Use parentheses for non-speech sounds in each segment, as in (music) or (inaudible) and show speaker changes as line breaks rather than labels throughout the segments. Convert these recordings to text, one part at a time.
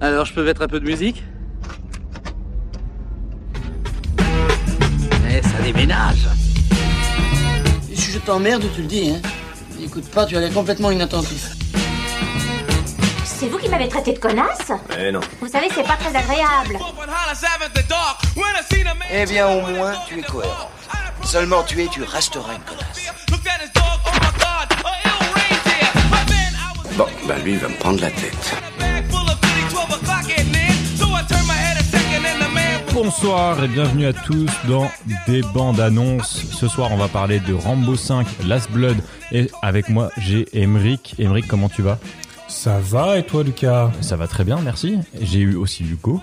Alors, je peux mettre un peu de musique Eh, ça déménage
Si je t'emmerde, tu le dis, hein. Écoute pas, tu as l'air complètement inattentif.
C'est vous qui m'avez traité de connasse
Eh non.
Vous savez, c'est pas très agréable.
Eh bien, au moins, tu es cohérent. Seulement tu es, tu resteras une connasse.
oh
Bon, bah lui, il va me prendre la tête.
Bonsoir et bienvenue à tous dans des bandes annonces. Ce soir, on va parler de Rambo 5, Last Blood. Et avec moi, j'ai Emeric. Emeric, comment tu vas
Ça va et toi Lucas
Ça va très bien, merci. J'ai eu aussi Hugo.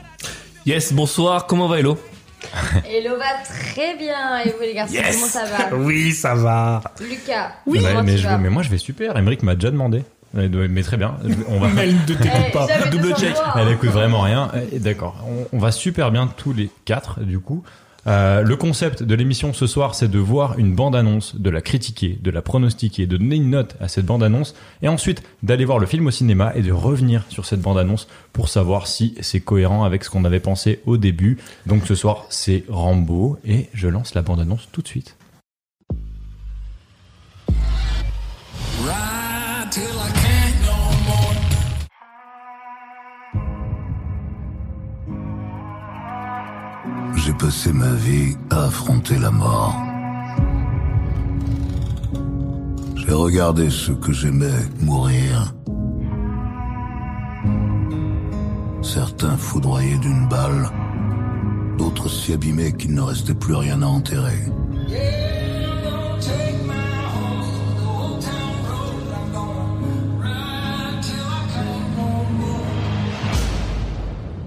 Yes, bonsoir, comment va Hello
Hello va très bien et vous les garçons
Yes.
comment ça va
Oui, ça va.
Lucas
Ouais,
comment
mais,
tu
je
vas
vais- mais moi, je vais super. Emeric m'a déjà demandé. Mais, mais très bien, on va
(laughs) Elle ne t'écoute
Eh,
pas.
j'avais
Double
200
check.
doigts.
Elle écoute vraiment rien. Eh, D'accord. On, on va super bien tous les quatre, du coup. Euh, le concept de l'émission ce soir, c'est de voir une bande-annonce, de la critiquer, de la pronostiquer, de donner une note à cette bande-annonce, et ensuite d'aller voir le film au cinéma et de revenir sur cette bande-annonce pour savoir si c'est cohérent avec ce qu'on avait pensé au début. Donc ce soir, c'est Rambo, et je lance la bande-annonce tout de suite.
J'ai passé ma vie à affronter la mort. J'ai regardé ceux que j'aimais mourir. Certains foudroyés d'une balle, d'autres si abîmés qu'il ne restait plus rien à enterrer.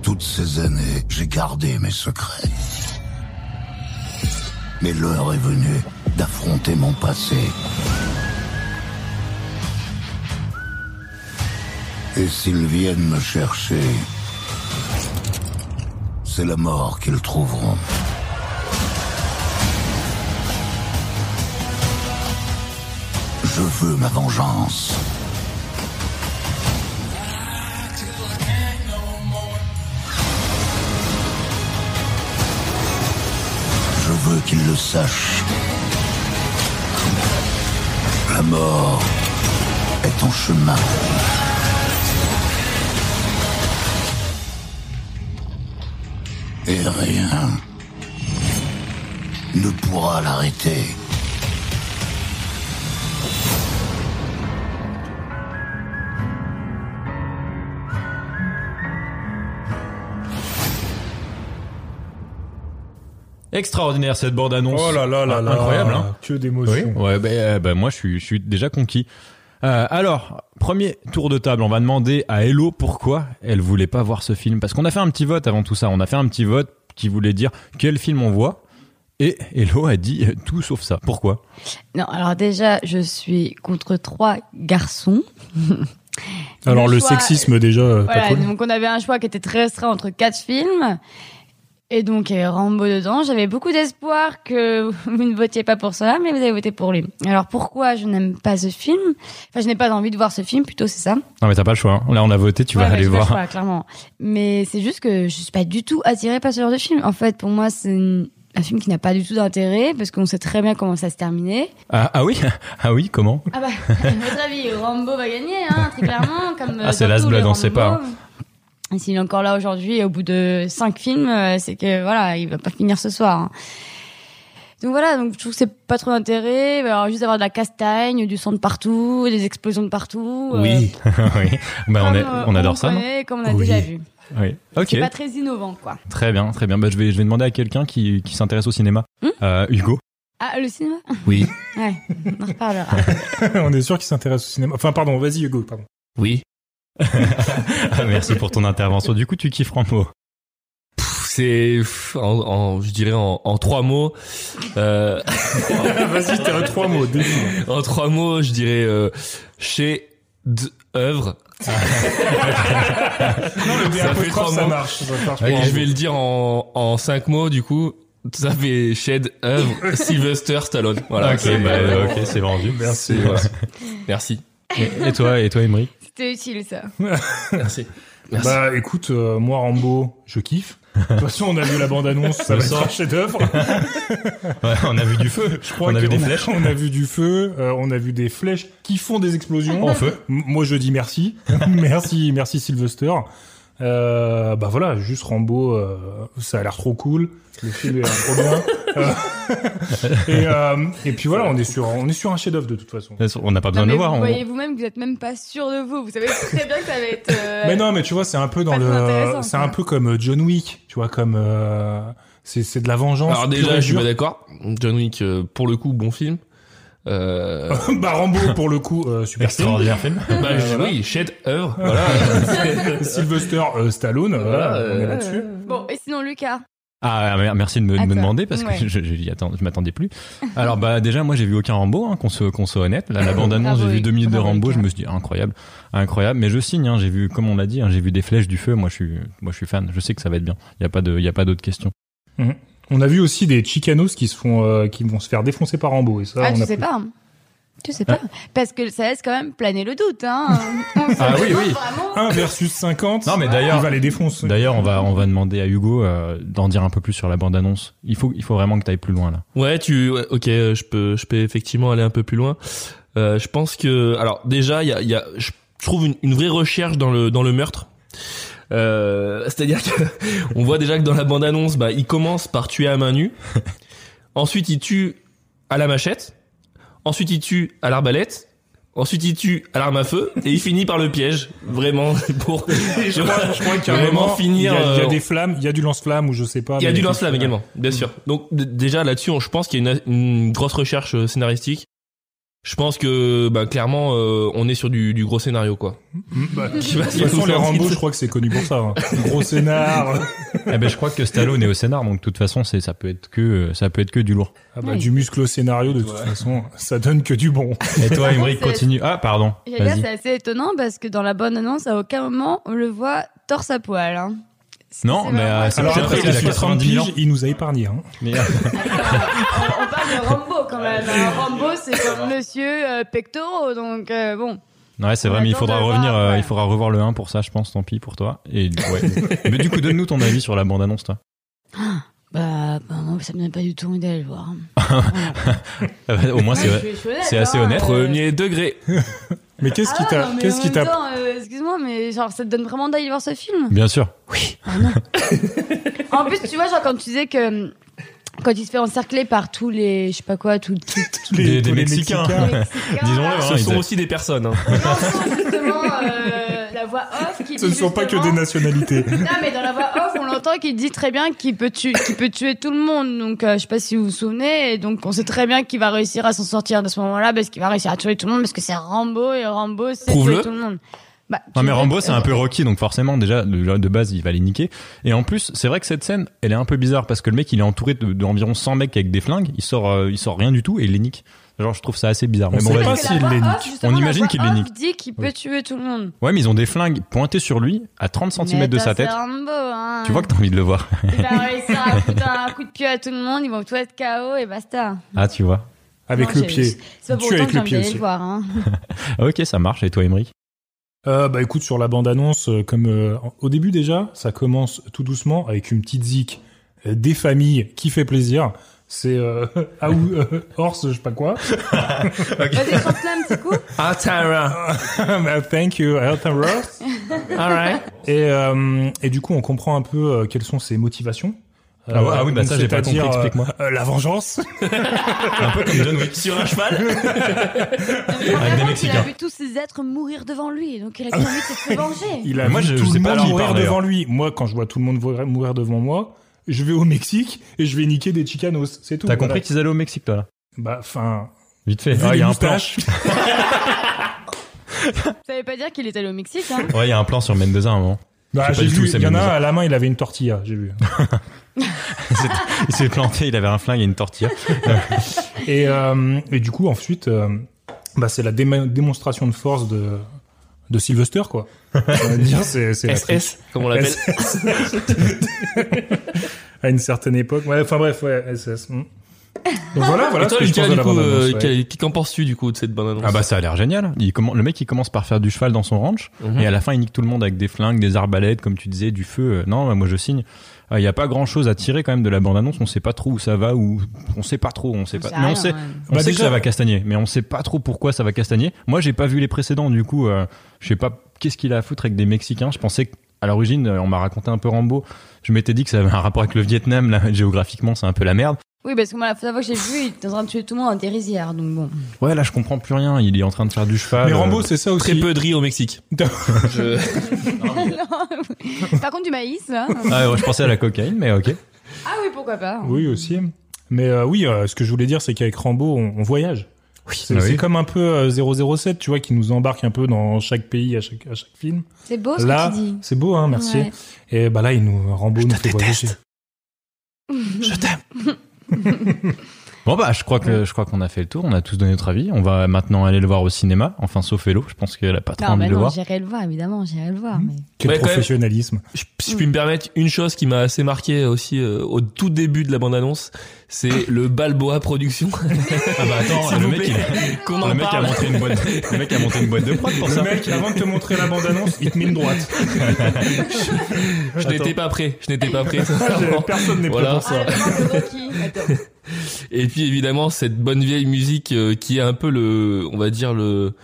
Toutes ces années, j'ai gardé mes secrets. Mais l'heure est venue d'affronter mon passé. Et s'ils viennent me chercher, c'est la mort qu'ils trouveront. Je veux ma vengeance. Je veux qu'ils le sachent. La mort est en chemin. Et rien ne pourra l'arrêter.
Extraordinaire cette bande-annonce.
Oh là là là là.
Incroyable, hein
Que
Oui,
d'émotion.
ouais, ben, euh, ben, moi je suis, je suis déjà conquis. Euh, alors, premier tour de table, on va demander à Hello pourquoi elle voulait pas voir ce film. Parce qu'on a fait un petit vote avant tout ça, on a fait un petit vote qui voulait dire quel film on voit. Et Hello a dit euh, tout sauf ça. Pourquoi
Non alors déjà je suis contre trois (laughs) garçons.
Alors le
choix-
sexisme déjà, euh, pas
Voilà
cool.
donc on avait un choix qui était très restreint entre quatre films et donc il y avait Rambo dedans. J'avais beaucoup d'espoir que (laughs) vous ne votiez pas pour cela mais vous avez voté pour lui. Alors pourquoi je n'aime pas ce film Enfin je n'ai pas envie de voir ce film plutôt c'est ça.
Non mais t'as pas le choix, hein. là on a voté, tu
Ouais,
vas
ouais,
aller
j'ai pas le
voir.
choix, clairement. Mais c'est juste que je suis pas du tout attirée par ce genre de film. En fait, pour moi, c'est une- un film qui n'a pas du tout d'intérêt parce qu'on sait très bien comment ça se terminait.
Ah, ah oui (laughs) Ah oui, comment (laughs)
Ah bah, (laughs) à votre avis, Rambo va gagner, hein, très clairement. Comme
Ah, c'est Last Blood, on sait pas. hein.
Et s'il est encore là aujourd'hui, au bout de cinq films, euh, c'est que voilà, il va pas finir ce soir. hein. Donc voilà, donc je trouve que c'est pas trop d'intérêt. Alors juste avoir de la castagne, du sang de partout, des explosions de partout. euh,
Oui.
Oui, ben, on,
comme,
est-
euh,
on adore ça, non
connaît, Comme on a
Oui.
déjà vu.
Oui. Ok,
C'est pas très innovant, quoi.
très bien, très bien. Ben, je, vais, je vais demander à quelqu'un qui, qui s'intéresse au cinéma.
Hmm
Euh, Hugo
Ah, le cinéma
Oui.
(laughs) Ouais, on en reparlera.
(laughs)
(laughs) On est sûr qu'il s'intéresse au cinéma. Enfin, pardon, vas-y Hugo, pardon.
Oui.
Ah, Merci pour ton intervention. Du coup, tu kiffes Rambo
Pff, C'est, pff, en, en- je dirais en, en trois mots, euh,
vas-y, t'es à trois mots, début.
en trois mots, je dirais euh, chez œuvre.
Non, le
Ça fait
DAP3,
trois
ça
mots.
marche. Ça marche
Et
pour
je
vous.
vais le dire en, en cinq mots, du coup, ça fait Shed
(laughs)
œuvre Sylvester Stallone. Voilà.
Ok,
c'est-
bah, ok, c'est vendu.
c'est- voilà. Merci.
Et, et toi, et toi, Emery
C'était utile, ça.
Merci. Merci.
Bah écoute, euh, moi Rambo, je kiffe. De toute façon, on a vu la bande-annonce, ça
Le
va être
sang.
un chef-d'œuvre.
Ouais, on a vu du feu. Je crois on a vu
qu'on
des flèches
on a vu du feu, euh, on a vu des flèches qui font des explosions.
en feu.
M- Moi, je dis merci. (laughs) merci, merci Sylvester. Euh, bah voilà, juste Rambo, euh, ça a l'air trop cool. Le film est trop
(laughs)
bien. Euh, et, euh, et puis voilà, on est sur, on est sur un chef-d'œuvre de toute façon.
On n'a pas besoin
Non,
de le
mais
voir.
Vous
on-
voyez vous-même que vous êtes même pas sûr de vous. Vous savez très bien que ça va être. euh,
Mais non, mais tu vois, c'est un peu dans
Pas très
le,
intéressant,
c'est
quoi.
un peu comme euh, John Wick, tu vois, comme euh, c'est c'est de la vengeance.
Alors
pure
déjà,
et
je suis
dure.
pas d'accord. John Wick, euh, pour le coup, bon film. Euh,
(laughs) bah Rambo pour le coup, euh, super film.
Extraordinaire film.
bah, je- oui, chef-d'œuvre. Voilà.
(laughs) Sylvester euh, Stallone, voilà, on est
euh,
là-dessus.
Bon, et sinon, Lucas.
Ah, mer- merci de me, de me
Attends,
demander parce
ouais.
que je, je, j'y attends- je m'attendais plus. Alors bah déjà moi j'ai vu aucun Rambo, hein, qu'on soit qu'on soit honnête.
Ah
Là, la bande annonce
Bravo,
j'ai vu
Eric.
deux minutes de
Bravo,
Rambo,
Lucas.
je me suis dit incroyable, incroyable. Mais je signe, hein, j'ai vu comme on l'a dit, hein, j'ai vu des flèches du feu. Moi je suis moi je suis fan. Je sais que ça va être bien. Il y a pas de il y a pas d'autres questions.
On a vu aussi des Chicanos qui se font, euh, qui vont se faire défoncer par Rambo et ça.
Ah,
on
tu
a
sais
plus-
pas. hein. Tu sais pas. Parce que ça laisse quand même planer le doute. Hein.
(laughs)
On se
Ah oui,
demande
oui.
1
Vraiment.
versus 50.
Non, mais
il
d'ailleurs-
va les défoncer.
D'ailleurs on va on va demander à Hugo euh, d'en dire un peu plus sur la bande annonce. Il faut il faut vraiment que t'ailles plus loin là.
Ouais, tu, ouais, ok, euh, je peux, je peux effectivement aller un peu plus loin. Euh, je pense que, alors déjà, il y a, il y a, je trouve une, une vraie recherche dans le, dans le meurtre. Euh, C'est-à-dire que (laughs) on voit déjà que dans la bande-annonce, bah, il commence par tuer à main nue. Ensuite, il tue à la machette. Ensuite, il tue à l'arbalète. Ensuite, il tue à l'arme à feu et il finit par le piège. Vraiment, pour
je crois, je crois qu'il y a
vraiment
vraiment
finir.
Il y a, il y a
euh,
des flammes, il y a du lance-flamme ou je sais pas.
il y a
Ah, mais
du lance-flamme
des-
également, bien sûr. Donc d- déjà là-dessus, on- je pense qu'il y a une, une grosse recherche euh, scénaristique. Je pense que bah, clairement, euh, on est sur du, du gros scénario, quoi.
Mm, bah, de
Qui va
toute façon,
se
les
sortir.
Rambo, je crois que c'est connu pour ça. hein. Gros scénar,
eh ben je crois que Stallone est au scénar donc de toute façon c'est ça peut être que ça peut être que du lourd.
ah bah,
Oui.
du muscle au scénario, de toute façon, ça donne que du bon.
Et toi Emmerich
c'est-
continue. Ah pardon.
J'allais dire,
Vas-y.
c'est assez étonnant parce que dans la bonne annonce, à aucun moment, on le voit torse à poil. hein. C'est-
Non,
c'est
mais,
vraiment-
euh, c'est-
Alors
J'ai
après,
appris
il
qu'il
a
a
60
90 ans.
piges, il nous a épargné. hein.
Mais-
on, on parle de Rambo quand même. hein. Rambo, c'est comme monsieur euh, pectoraux, donc euh, bon.
Ouais, c'est
On
vrai, mais il
attend
faudra
de voir,
revenir, euh,
ouais.
il faudra revoir le 1 pour ça, je pense, tant pis pour toi. Et,
(laughs)
ouais. mais du coup, donne-nous ton avis sur la bande-annonce, toi.
Bah, bah, moi, ça me donne pas du tout envie d'aller le voir.
Euh, bah, au moins, c'est vrai.
Ah,
c'est assez honnête.
Premier degré.
Mais qu'est-ce qui t'a, qu'est-ce qui t'a,
euh, Excuse-moi, mais genre, ça te donne vraiment d'aller voir ce film Ah
Bien sûr. (laughs)
En plus, tu vois, genre, quand tu disais que. hum, Quand il se fait encercler par tous les. Je sais pas quoi, tous tous- tous
Des-
les.
des
tous les
Mexicains.
Mexicains.
Ah,
Disons-le, hein,
Ce
ils
sont
a-
aussi des personnes. hein.
Justement, euh, la voix off qui
Ce
dit
ne sont pas que
justement-
des nationalités.
Non, mais dans la voix off, on l'entend qui dit très bien qu'il peut, tuer- qu'il peut tuer tout le monde. Donc, euh, je sais pas si vous vous souvenez. Et donc, on sait très bien qu'il va réussir à s'en sortir de ce moment-là parce qu'il va réussir à tuer tout le monde parce que c'est Rambo et Rambo, c'est
Prouve-le.
tuer tout le monde. Bah,
Non,
tu
mais
vois,
Rambo, c'est
euh,
un peu Rocky, donc forcément, déjà, de, de base, il va les niquer. Et en plus, c'est vrai que cette scène, elle est un peu bizarre parce que le mec, il est entouré de- d'environ 100 mecs avec des flingues, il sort, euh, il sort rien du tout et il les nique. Genre, je trouve ça assez bizarre.
On
mais bon,
sait
vas-y.
pas
parce que la
s'il les
voix
nique.
off, justement,
On
la
imagine
voix
qu'il les
off
nique.
dit qu'il peut tuer tout le monde.
Ouais, mais ils ont des flingues pointées sur lui à 30 cm de
Mais
sa
attends,
tête.
c'est Rambo, hein.
Tu vois que t'as envie de le voir. (laughs)
Il va réussir à foutre un coup de pied à tout le monde, ils vont tout être KO et basta.
Ah, tu vois.
Avec
Non,
le
j'ai-
pied.
C'est pas pour
Tue
autant
avec le
que j'ai envie
pied
d'aller
aussi.
le voir, hein.
Ah, ok, ça marche. Et toi, Emery?
Euh, bah écoute, sur la bande-annonce, euh, comme euh, au début déjà, ça commence tout doucement avec une petite zik euh, des familles qui fait plaisir. C'est euh, (laughs) ah ou euh, horse, je sais pas
(laughs)
quoi.
Vas-y, chante-la un petit coup.
Ah, Tara.
(laughs) Bah, Thank you, health
(laughs)
and horse.
Alright.
Et euh, et du coup, on comprend un peu euh, quelles sont ses motivations.
Ah ouais, ah oui, bah
donc
ça, j'ai pas compris,
c'est-à-dire, euh,
explique-moi.
euh, la vengeance.
(laughs) Un peu comme John Wick.
Sur un cheval.
Avec
des
Il
Mexicains.
a vu tous ces êtres mourir devant lui, donc il
(laughs)
a envie de se venger.
Il a
Moi,
vu
je-
tout
je sais
le
pas
monde
qui il
mourir
parle,
devant lui. Moi, quand je vois tout le monde mourir mourir devant moi, je vais au Mexique et je vais niquer des Chicanos. C'est tout.
T'as
Voilà.
compris qu'ils allaient au Mexique, toi, là?
Bah, enfin,
Vite fait.
vu
Ah, il
les
y a un plan.
moustaches,
Ça veut pas dire qu'il est allé au Mexique,
(laughs)
hein.
Ouais, il y a un plan sur Mendoza à un moment.
Bah,
Je sais pas
j'ai
du tout,
vu,
ça
il y en a un
m'amuse.
à la main, il avait une tortilla, j'ai
(laughs)
vu.
Il s'est planté, il avait un flingue et une tortilla.
et, euh, et du coup, ensuite, euh, bah, c'est la déma- démonstration de force de, de Sylvester, quoi. On va dire, c'est, c'est la triche.
SS, comme on l'appelle.
(laughs) à une certaine époque. Ouais, enfin bref, ouais, SS. hmm. Donc voilà, voilà
Et
ce
toi,
que je
Lucas,
pense de
du
la
coup,
bande-annonce,
euh,
ouais.
quel- qu'en penses-tu du coup de cette bande-annonce
Ah bah ça a l'air génial. Il commen- le mec il commence par faire du cheval dans son ranch
Mhm.
et à la fin il nique tout le monde avec des flingues, des arbalètes, comme tu disais, du feu. Euh, Non, bah, moi je signe. Euh, Il n'y a pas grand chose à tirer quand même de la bande-annonce. On sait pas trop où ça va, ou on sait pas trop, on sait pas.
Ça
Mais on
rien,
sait,
ouais.
on
Bah,
sait que
déjà-
ça va castagner, mais on sait pas trop pourquoi ça va castagner. Moi j'ai pas vu les précédents, du coup euh, je sais pas qu'est-ce qu'il a à foutre avec des Mexicains. Je pensais que à l'origine, euh, on m'a raconté un peu Rambo. Je m'étais dit que ça avait un rapport avec le Vietnam. Là, (laughs) géographiquement, c'est un peu la merde.
Oui, parce que moi, la première fois que j'ai vu, il était en train de tuer tout le monde dans des rizières, donc bon.
Ouais, là, je comprends plus rien. Il est en train de faire du cheval.
Mais
euh,
Rambo, c'est ça aussi.
Très peu de riz au Mexique. Je-
Non. Par contre, du maïs, là.
Ah ouais, je pensais à la cocaïne, mais ok.
Ah oui, pourquoi pas.
(laughs) Oui, aussi. Mais euh, oui, euh, ce que je voulais dire, c'est qu'avec Rambo, on, on voyage. C'est
Ah oui.
c'est comme un peu euh, 007, tu vois, qui nous embarque un peu dans chaque pays, à chaque, à chaque film.
C'est beau ce
là,
que tu dis.
c'est beau, hein, merci.
Ouais.
Et bah là, il nous, Rambo nous fait voyager.
(laughs)
Bon bah je crois que je crois qu'on a fait le tour, on a tous donné notre avis. On va maintenant aller le voir au cinéma, enfin sauf Hello, je pense qu'elle a pas trop
Non,
envie
bah
mais
de le
non,
voir.
j'irai le voir, évidemment, j'irai le voir. Mais...
(laughs) Quel
Ouais, quand même.
professionnalisme.
je, si je puis me permettre, une chose qui m'a assez marqué aussi euh, au tout début de la bande-annonce, c'est le Balboa (laughs) Production.
Ah bah attends,
S'il
le
vous
mec,
plaît. (laughs)
il-
Qu'on
Ah, le
en
mec a
parle.
monté une boîte, de- le mec a monté une boîte de prod pour
Le
ça.
mec, avant de te montrer la bande-annonce, il te met une droite.
(laughs) Je n'étais pas prêt, je n'étais pas prêt.
Ah, Personne n'est prêt
Voilà.
pour ça.
Et puis évidemment cette bonne vieille musique euh, qui est un peu le, on va dire le,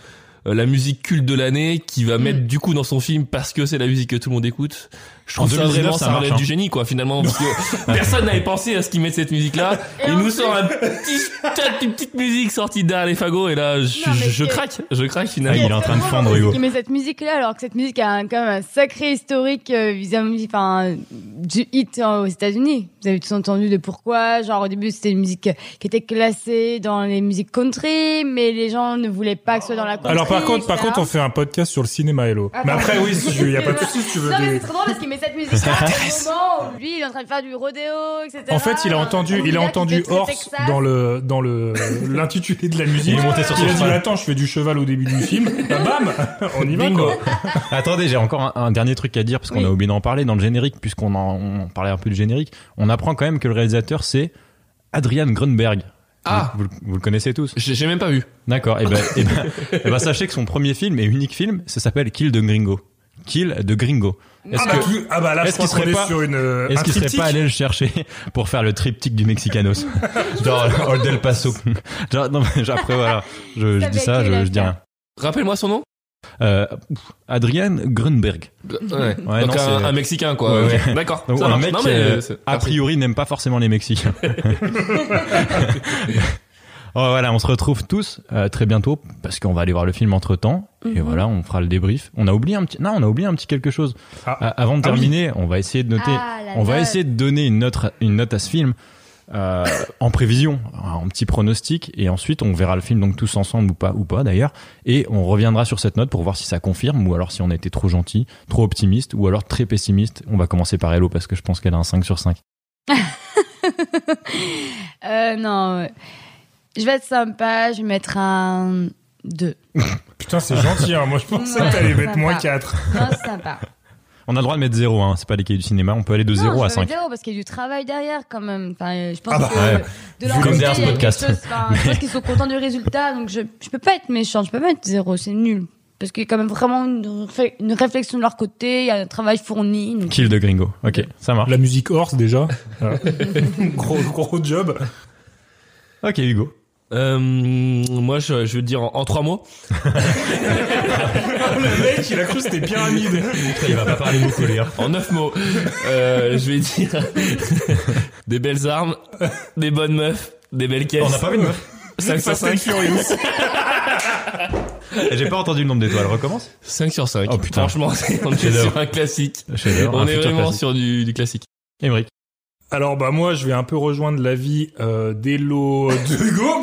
euh, la musique culte de l'année qui
Mm.
va mettre du coup dans son film parce que c'est la musique que tout le monde écoute. Je
En
trouve ça
2019,
vraiment
ça
ça relève
marche, hein.
du génie quoi finalement
(laughs)
parce que personne n'avait pensé à ce qu'ils mettent cette musique là.
Et
Il
en
nous
plus-
sort un petit, tas de petite musique sortie derrière les fagots et là je,
Non, mais
je, je
c'est-
craque, je craque
Ah, il
finalement.
est en train de fendre Hugo.
Il met cette musique-là, alors que cette musique a un, quand même un sacré historique euh, vis-à-vis enfin, du hit euh, aux États-Unis. Vous avez tous entendu de pourquoi. Genre, au début, c'était une musique euh, qui était classée dans les musiques country, mais les gens ne voulaient pas que ce soit dans la country.
Alors par contre, par
etc.
contre, on fait un podcast sur le cinéma Hello.
Attends.
Mais après, oui, si tu- il y
(laughs)
a pas de souci si tu veux.
Ah, Non, mais
des-
c'est trop drôle parce qu'il met cette musique-là au moment où lui, il est en train de faire du rodéo, etc.
En fait, il a
Dans
entendu,
un
il a
univers qui
entendu
fait très
Horse
Texas.
dans le dans le euh, (laughs) l'intitulé de la musique.
Il est monté sur son
Il a dit
cheval.
attends, je fais du cheval au début du film. Bah, bam, on y va
Bingo.
quoi.
Attendez, j'ai encore un, un dernier truc à dire parce qu'on
Oui.
a oublié d'en parler dans le générique puisqu'on en, on en parlait un peu du générique. On apprend quand même que le réalisateur c'est Adrian Grunberg.
Ah.
vous, vous- vous le connaissez tous.
J'ai j'ai même pas vu.
D'accord. Et ben,
(laughs)
eh ben, eh ben, sachez que son premier film et unique film, ça s'appelle Kill de Gringo. Kill de Gringo. Est-ce
Ah, bah, tu- ah bah là, je
est-ce qu'il
crois qu'on
serait
est
pas-
sur une euh,
Est-ce
un
qu'il serait
triptyque.
pas allé le chercher pour faire le triptyque
(laughs)
du Mexicanos Genre Old El Paso. Genre, non, mais genre, après, voilà. Je, je dis ça, je, je dis rien.
Rappelle-moi son
(laughs)
nom.
Euh, ouf, Adrian Grunberg.
Ouais.
Ouais,
Donc
non,
un,
c'est-
un Mexicain quoi.
Ouais, ouais.
Ok. D'accord.
Donc,
ça
un
marche.
mec
Non,
qui,
mais,
euh,
c'est-
a priori, n'aime pas forcément
(laughs)
les Mexicains. (laughs) Oh, voilà, on se retrouve tous euh, très bientôt parce qu'on va aller voir le film entre temps et
Mhm.
voilà, on fera le débrief. On a oublié un petit, non, on a oublié un petit quelque chose.
Ah.
A- avant de
Ah oui.
terminer, on va essayer de noter,
Ah, la
on va
note.
essayer de donner une note, une note à ce film euh, en prévision, un petit pronostic et ensuite on verra le film donc tous ensemble ou pas ou pas d'ailleurs et on reviendra sur cette note pour voir si ça confirme ou alors si on a été trop gentil, trop optimiste ou alors très pessimiste. On va commencer par Hello parce que je pense qu'elle a un 5 sur 5.
(laughs) Euh, non. ouais. Je vais être sympa, je vais mettre un 2.
Putain, c'est gentil. hein. Moi, je pensais
Ouais,
que t'allais
ça
mettre moins
va.
4
Non,
(laughs)
c'est sympa.
On a le droit de mettre 0 hein, c'est pas les cahiers du cinéma, on peut aller de 0
non,
à
je peux
5.
mettre zéro parce qu'il y a du travail derrière quand même. Enfin, euh, je pense
Ah bah,
que
ouais.
de leur
Comme
côté,
derrière ce
il y a
podcast.
quelque chose- enfin, Je pense qu'ils sont contents du résultat, donc je je peux pas être méchante. Je peux pas mettre zéro, c'est nul. Parce qu'il y a quand même vraiment une, réfle- une réflexion de leur côté, il y a un travail fourni. donc-
Kill de Gringo. Ok, ça marche.
La musique Horse déjà. Ah. Voilà. gros gros job.
Ok Hugo.
Euh, moi je, je veux dire en, en trois mots.
Le mec, il a cru que c'était pyramide.
Il va pas parler beaucoup les
En neuf mots, euh, je vais dire (laughs) des belles armes, des bonnes meufs, des belles caisses.
On n'a pas vu de meuf.
5 sur
Fast and
5.
Furious.
(laughs) J'ai pas entendu le nombre d'étoiles. Recommence.
5 sur 5.
Oh, putain.
Franchement, on est
Chef-d'œuvre.
sur un classique.
Chef-d'œuvre,
On
un
est
futur
vraiment
classique.
sur du, du classique.
Émeric.
Alors bah moi je vais un peu rejoindre l'avis euh, d'Elo
(laughs)
de Hugo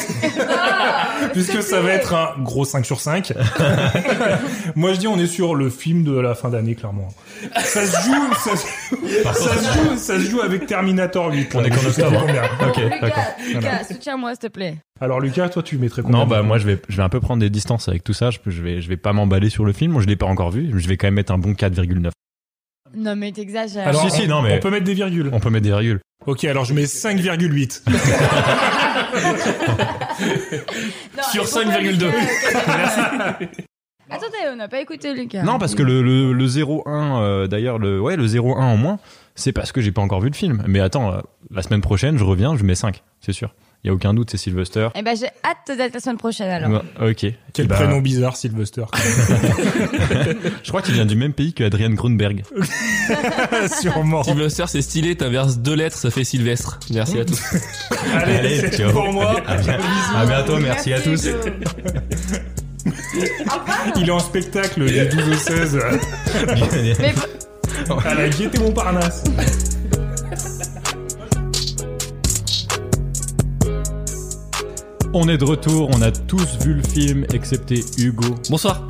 (laughs) puisque ça va être un gros 5 sur
(laughs)
5. moi je dis on est sur le film de la fin d'année clairement. Ça se joue ça se, ça se joue ça se joue avec Terminator 8.
On est qu'en
Je sais pas
octobre. hein.
combien.
Ok, d'accord.
Lucas, Lucas, soutiens-moi s'il te plaît.
Alors Lucas toi tu mettrais combien
Non, bah moi je vais, je vais un peu prendre des distances avec tout ça. Je, peux- je vais, je vais pas m'emballer sur le film. Je l'ai pas encore vu. Je vais quand même mettre un bon 4,9.
Non, mais t'exagères.
Alors- Si, si,
on-
non, mais-
on peut mettre des virgules.
On peut mettre des virgules.
Ok, alors je mets 5,8.
Non, mais
sur
pourquoi
5,2.
euh,
Lucas
(laughs)
Attendez, on n'a pas écouté
Ah,
Lucas.
Non, parce que le, le, le 0,1, euh, d'ailleurs, le, ouais, le 0,1 en moins, c'est parce que j'ai pas encore vu le film. Mais attends, euh, la semaine prochaine, je reviens, je mets 5, c'est sûr. Il y a aucun doute, c'est Sylvester.
Eh ben, j'ai hâte d'être la semaine prochaine alors.
Bah, ok.
Quel
Bah,
prénom bizarre,
(laughs)
Sylvester.
Je crois qu'il vient du même pays que Adrian Grunberg.
Sûrement.
Sylvester, c'est stylé, t'inverses deux lettres, ça fait Sylvestre. Merci à
Mm.
tous.
(laughs) Allez, c'est
ciao.
pour moi.
À, bien- à bientôt, Oh, merci à tous.
Il est en spectacle du 12 au 16
Mais
à Ah, la Gaîté Montparnasse.
(laughs) On est de retour, on a tous vu le film, excepté Hugo.
Bonsoir.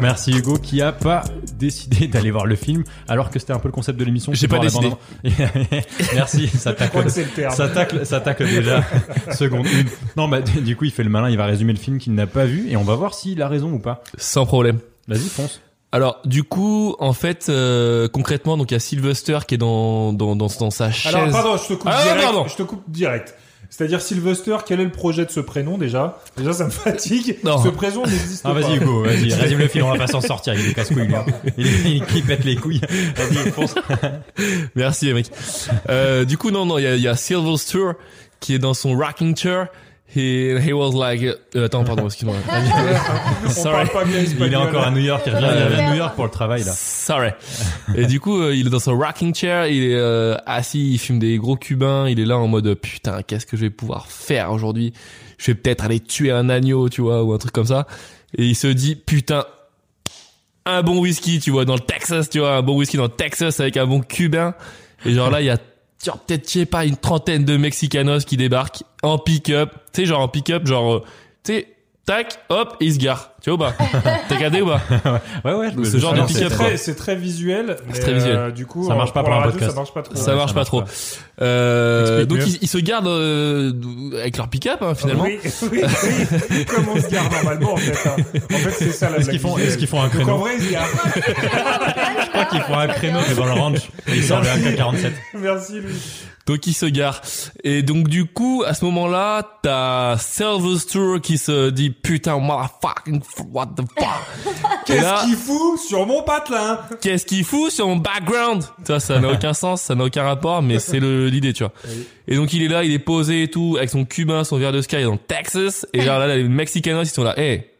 Merci Hugo qui a pas décidé (laughs) d'aller voir le film, alors que c'était un peu le concept de l'émission.
J'ai
c'est
pas
voir
décidé.
la bande-annonce. (laughs) Merci, ça
Je crois
tacle,
que c'est le terme.
ça tacle, ça tacle déjà. (laughs) Seconde une. Non, bah du coup, il fait le malin, il va résumer le film qu'il n'a pas vu et on va voir s'il a raison ou pas.
Sans problème.
Vas-y, fonce.
Alors, du coup, en fait, euh, concrètement, donc il y a Sylvester qui est dans, dans, dans, dans sa chaise.
Alors, pardon, je te coupe
Ah,
direct.
pardon.
Je te coupe direct. C'est-à-dire Sylvester, quel est le projet de ce prénom déjà Déjà, ça me fatigue.
Non.
Ce prénom n'existe
Ah,
pas.
vas-y Hugo, (laughs) vas-y, résume le film, on va pas s'en sortir, il est casse-couille, lui. Il, il, il pète les couilles. Vas-y, fonce.
(laughs) Merci, Eric. euh, du coup, non, non, il y a, il y a Sylvester qui est dans son rocking chair. He, he was like... euh, attends, pardon, excuse-moi.
On
Sorry.
parle pas bien espagnol.
Il est encore à New York, il revient, il revient à
Euh,
New York pour le travail, là.
Sorry. Et du coup, euh, il est dans son rocking chair, il est euh, assis, il fume des gros cubains, il est là en mode euh, putain, qu'est-ce que je vais pouvoir faire aujourd'hui Je vais peut-être aller tuer un agneau, tu vois, ou un truc comme ça. Et il se dit putain, un bon whisky, tu vois, dans le Texas, tu vois, un bon whisky dans le Texas avec un bon cubain. Et genre là, il y a genre peut-être je sais pas une trentaine de mexicanos qui débarquent en pick-up, tu sais genre en pick-up, genre euh, tu sais tac, hop, ils se garent. Tu vois ou pas T'as cadé ou pas
Ouais, ouais, je me-
Ce
je
genre de
savais,
pick-up,
C'est
c'est-
quoi.
très, c'est très visuel. mais,
très visuel.
euh, du coup,
Ça
euh,
marche pas pour
la
un
radio,
podcast.
Ça marche pas trop.
ça
Ouais,
marche
ça
pas
marche
trop.
pas.
Euh,
Explique
donc
mieux.
ils, ils se gardent euh, avec leur pick-up hein, finalement.
Oui, (laughs) oui, oui. Comme on se garde normalement, en fait. hein. En fait, c'est ça la
Est-ce qu'ils font, est-ce qu'ils font un
Donc en
créneau?
vrai, il y a... (laughs)
je
Je crois qu'ils font un créneau devant le ranch. Ils sortent le AK-47.
Merci, Louis.
Donc ils se garent. Et donc du coup, à ce moment-là, t'as Sylvester qui se dit putain, motherfucking what the fuck. Et là,
Qu'est-ce qu'il fout sur mon patelin
qu'est-ce qu'il fout sur mon background Ça, ça
(laughs)
n'a aucun sens, ça n'a aucun rapport, mais c'est le- l'idée, tu vois. Et donc il est là, il est posé et tout, avec son cubain, son verre de sky dans le Texas. Et genre là, les Mexicanos, ils sont là, hé,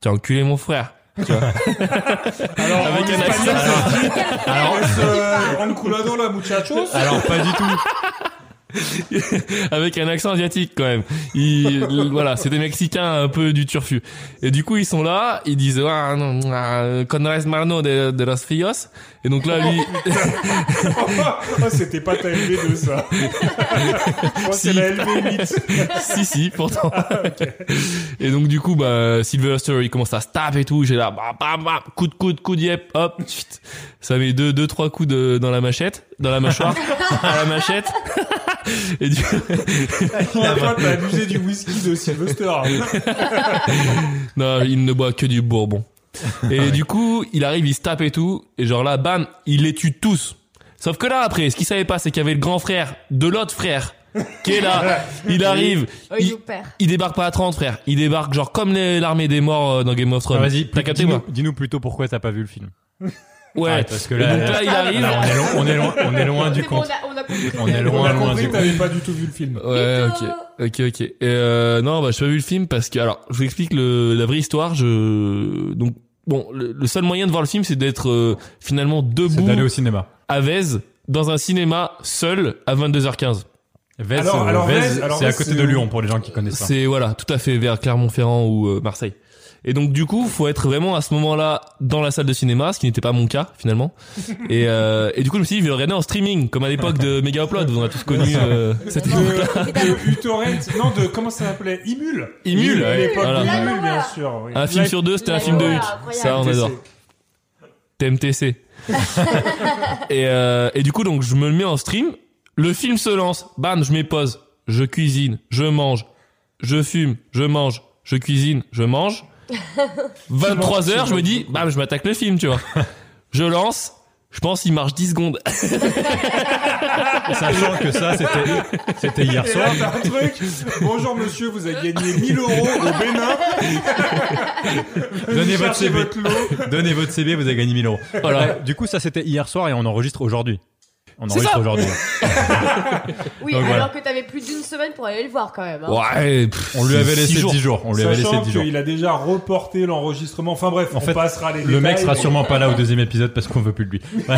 t'as enculé mon frère.
(laughs)
Alors,
Avec
en
un
espagnol,
accent.
ça se dit, es, euh, enculado la muchachos
Alors, pas du tout.
avec un accent asiatique quand même. Ils, le- voilà, c'est des Mexicains un peu du turfu. Et du coup, ils sont là, ils disent ah, non, ah, Conrad Marno de, de los Frios. Et donc là, lui, (laughs)
oh, C'était pas ta LV2, ça. Oh, c'est
Si.
la LV8.
si si, pourtant. Et donc du coup, bah, Sylvester, il commence à se taper et tout. J'ai là, bam, bam, bam, coup de coude, coup de yep, hop, chut. ça met deux, deux, trois coups de, dans la machette, dans la mâchoire, (laughs) dans la machette. Et du,
Toi, t'as abusé du whisky de Sylvester.
Non, il ne boit que du bourbon.
Ah
Et du coup, il arrive, il se tape et tout, et genre là, bam, il les tue tous. Sauf que là, après, ce qu'il savait pas, c'est qu'il y avait le grand frère de l'autre frère qui est là.
(laughs)
Il arrive,
Oh,
il
il,
nous perd.
il débarque pas à 30, frère. Il débarque genre comme les- l'armée des morts euh, dans Game of Thrones.
Ah, Vas-y,
t'as capté
dis-nous
moi
dis-nous plutôt pourquoi t'as pas vu le film.
Ouais.
Arrête, parce que
Et
là,
donc là, il arrive.
Là, on est loin, on est loin, on
(laughs)
est loin Ah, du
C'est bon,
compte.
on a- on a compris.
On est
On
loin,
a
loin
compris
du
que
compte.
t'avais pas du tout vu le film.
Ouais, ok,
Plutôt.
ok, ok. Et euh, non, bah, je pas vu le film parce que, alors, je vous explique le, la vraie histoire. Je, donc, bon, le, le seul moyen de voir le film, c'est d'être euh, finalement
C'est
debout
d'aller au cinéma.
à Vez dans un cinéma seul à 22h15.
Vez,
Alors-
euh,
alors
Vez,
Vez, alors
c'est à
Vez,
côté
c'est
de
où
Lyon pour les gens qui connaissent pas.
C'est voilà, tout à fait vers Clermont-Ferrand ou euh, Marseille. Et donc du coup, faut être vraiment à ce moment-là dans la salle de cinéma, ce qui n'était pas mon cas finalement. Et, euh, et du coup, je me suis dit, je vais le regarder en streaming, comme à l'époque de Mega Upload, on a tous connu euh, cette
De Utorrent, non, de comment ça s'appelait Imul.
Imul, ouais,
l'époque
voilà.
d'Imul, bien sûr. oui.
Un film sur deux, c'était un film de
Wow,
Hulk.
incroyable.
Ça, on adore.
(laughs)
TMTC. et, euh, et du coup, donc, je me le mets en stream. Le film se lance. Bam, je mets pause. Je cuisine, je mange, je fume, je mange, je cuisine, je
(laughs) (laughs)
mange. 23 heures, je me dis, bam, je m'attaque le film, tu vois. Je lance. Je pense qu'il marche 10 secondes.
Sachant que ça, c'était, c'était hier
Et
soir.
là, t'as un truc. Bonjour monsieur, vous avez gagné 1000 euros au Bénin.
Donnez
Venez
votre
chercher
CV.
lot.
Donnez votre CB, vous avez gagné 1000 euros.
Voilà.
Ouais, du coup, ça c'était hier soir et on enregistre aujourd'hui. On
C'est
enregistre
ça.
aujourd'hui.
Oui,
Donc,
alors
voilà.
que t'avais plus d'une semaine pour aller le voir quand même. hein.
Ouais, pff,
On lui avait
six
laissé 10
jours.
jours. On lui avait laissé
Sachant
10 jours.
qu'il a déjà reporté l'enregistrement. Enfin bref,
En
on
fait,
passera les
Le mec
détails.
sera sûrement pas là au deuxième épisode parce qu'on veut plus de lui. Ouais.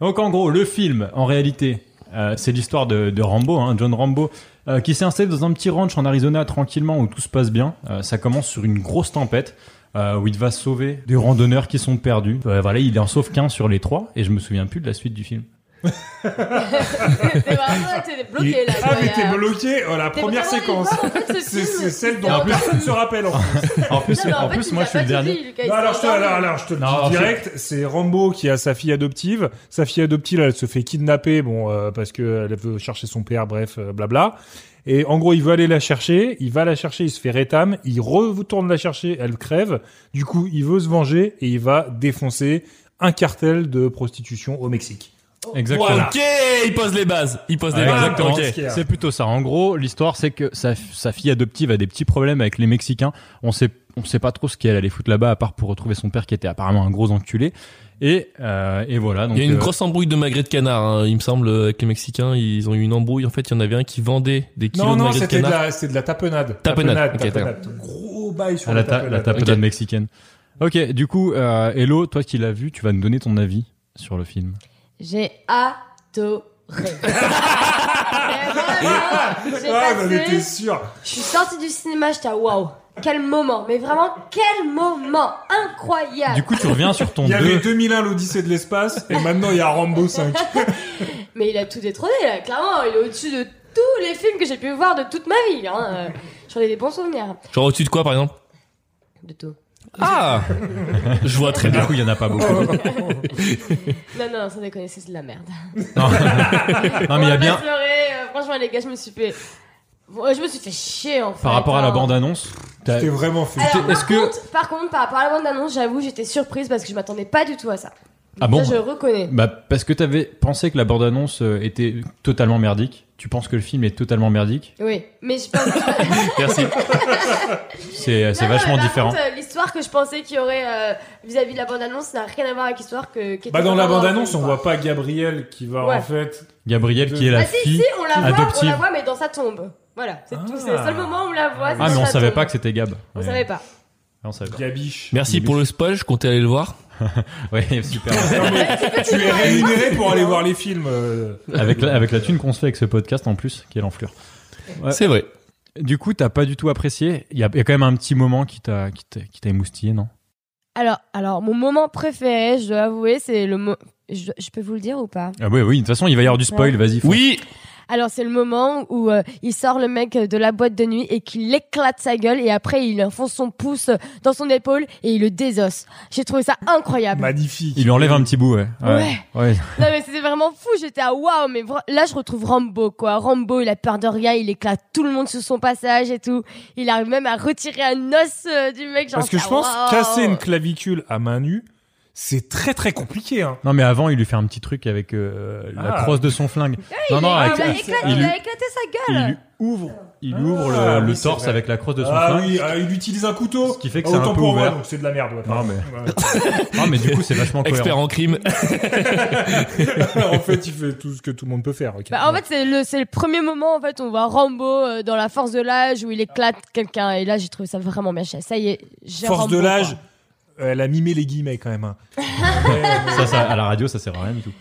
Donc en gros, le film, en réalité, euh, c'est l'histoire de, de Rambo, hein, John Rambo, euh, qui s'est installé dans un petit ranch en Arizona tranquillement où tout se passe bien. Euh, ça commence sur une grosse tempête. euh, où il va sauver des randonneurs qui sont perdus. Euh, voilà, il en sauve qu'un sur les trois, et je me souviens plus de la suite du
(laughs)
film.
T'es vraiment t'es bloqué là.
Ah
quoi,
mais
y
t'es
a-
bloqué. Oh, la
T'es
première
vraiment allé
séquence.
voir, en fait, ce
C'est
film.
c'est celle
Non,
dont personne se rappelle. en fait.
En plus,
mais
en
fait,
plus
il
moi
a
je suis
pas
le
tout
dernier.
dit, Lucas, il
Non,
s'est
alors, je te,
endormi.
alors, alors, je te le
Non,
dis
en fait-
direct, c'est Rambo qui a sa fille adoptive. Sa fille adoptive, elle se fait kidnapper, bon, euh, parce que elle veut chercher son père, bref, euh, blabla. Et en gros, il veut aller la chercher, il va la chercher, il se fait rétam, il retourne la chercher, elle crève. Du coup, il veut se venger et il va défoncer un cartel de prostitution au Mexique.
Exactement.
Ok, il pose les bases. Il pose les
Ouais,
bases.
exactement.
ok.
ok.
C'est plutôt ça. En gros, l'histoire, c'est que sa, sa fille adoptive a des petits problèmes avec les Mexicains. On sait, on sait pas trop ce qu'elle allait foutre là-bas, à part pour retrouver son père qui était apparemment un gros enculé. Et, euh, et voilà. Donc,
il y a une
euh,
grosse embrouille de magret de canard, hein, il me semble, avec les Mexicains. Ils ont eu une embrouille. En fait, il y en avait un qui vendait des kilos
Non,
de
non,
magret de
c'était de,
canard.
la- c'était de la tapenade.
Tapenade,
Tapenade,
ok,
tapenade. Gros bail sur
à
la
la, ta-
tapenade.
la tapenade
Ok.
mexicaine. Ok, du coup, euh, Hello, toi qui l'as vu, tu vas nous donner ton avis sur le film.
J'ai adoré. Mais vraiment, j'ai
Ah, j'en
passé-
étais sûr.
Je suis sortie du cinéma, j'étais à waouh. Quel moment, mais vraiment quel moment
Ah.
incroyable.
Du coup, tu reviens sur ton
Il y avait
2.
2001, l'Odyssée de l'espace, et maintenant il y a Rambo
(laughs)
5.
Mais il a tout détrôné là, clairement, il est au-dessus de tous les films que j'ai pu voir de toute ma vie. (laughs) Hein. Euh, J'en ai des bons souvenirs
Genre au-dessus de quoi, par exemple
de tout.
Ah Je vois très
Du
bien.
coup, il y en a pas
Oh.
beaucoup.
Non, non, sans déconner, c'est de la merde.
non, (laughs)
On
non, Ah, mais il y
va
a bien.
pas se leurrer, euh, franchement, les gars, je me suis fait. Bon, euh, je me suis fait chier en fait.
Par rapport à la
hein.
bande-annonce, t'as-
C'était vraiment fait.
Alors,
Est-ce
par,
que-
contre, par contre, par rapport à la bande-annonce, j'avoue, j'étais surprise parce que je m'attendais pas du tout à ça.
Ah bon
Ça, je reconnais.
Bah, parce que t'avais pensé que la bande-annonce euh, était totalement merdique. Tu penses que le film est totalement merdique.
Oui, mais je pense.
Merci. c'est (laughs) c'est vachement
Non, non, mais par
différent.
contre, euh, L'histoire que je pensais qu'il y aurait euh, vis-à-vis de la bande-annonce n'a rien à voir avec l'histoire que. qui était
Bah, dans la
vraiment
bande-annonce,
le
on
film,
voit pas Gabriel qui va
Ouais.
en fait.
Gabrielle qui est
quoi.
la
Ah, si,
fille.
si, on la voit, on
adoptive.
la voit, mais dans sa tombe. Voilà, c'est tout. C'est le seul moment où on la voit. c'est
Ah mais
dans
on
sa
savait
tombe.
pas que c'était Gab.
On
Ouais.
savait pas.
Ah, on savait pas.
Gabiche.
Merci pour le spoil, je comptais aller le voir.
Ouais, super.
(laughs)
Tu es rémunéré pour aller voir les films. euh.
avec la, avec la thune qu'on se fait avec ce podcast en plus, quelle enflure. Ouais.
C'est vrai.
Du coup, t'as pas du tout apprécié. Il y a, il y a quand même un petit moment qui t'a qui t'a qui t'a émoustillé, non
Alors, alors, mon moment préféré, je dois avouer, c'est le mo- Je, je peux vous le dire ou pas
Ah oui, oui. De toute façon, il va y avoir du spoil. Vas-y. fonce.
Oui
Alors, c'est le moment où euh, il sort le mec de la boîte de nuit et qu'il éclate sa gueule et après, il enfonce son pouce dans son épaule et il le désosse. J'ai trouvé ça
Bah,
incroyable.
Magnifique.
Il lui enlève un petit bout, ouais.
Ouais.
ouais.
Non mais c'était vraiment fou, j'étais à waouh, mais vra- là je retrouve Rambo quoi. Rambo il a peur de rien, il éclate tout le monde sur son passage et tout. Il arrive même à retirer un os euh, du mec. Genre,
Parce que je
ah,
pense
waouh.
casser une clavicule à main nue, c'est très très compliqué. Hein.
Non mais avant, il lui fait un petit truc avec euh, la
Ah.
crosse de son flingue. non
Il
non,
a-
avec-
il, a éclaté,
il
il
lui-
a éclaté sa
il
gueule.
lui ouvre, il lui
Ah,
ouvre le- le,
oui, c'est
torse
vrai.
avec la crosse de son
Ah
flingue.
oui, ah, il utilise un couteau.
Ce qui fait que
Ah,
c'est un
autant
peu
pour moi,
ouvert.
donc c'est de la merde. ouais.
Non, mais-
Ouais.
Ah mais du coup, c'est vachement cohérent.
Expert en crime.
en fait, il fait tout ce que tout le monde peut faire. ok.
Bah, en fait c'est le c'est le premier moment en fait où on voit Rambo euh, dans la force de l'âge où il éclate quelqu'un et là j'ai trouvé ça vraiment bien cher. Ça y est, j'ai
force
Rambo,
de l'âge,
quoi.
euh, elle a mimé les guillemets quand
(laughs)
même. hein.
Ah
(laughs)
Ça, ça, à la radio, ça sert à rien du tout.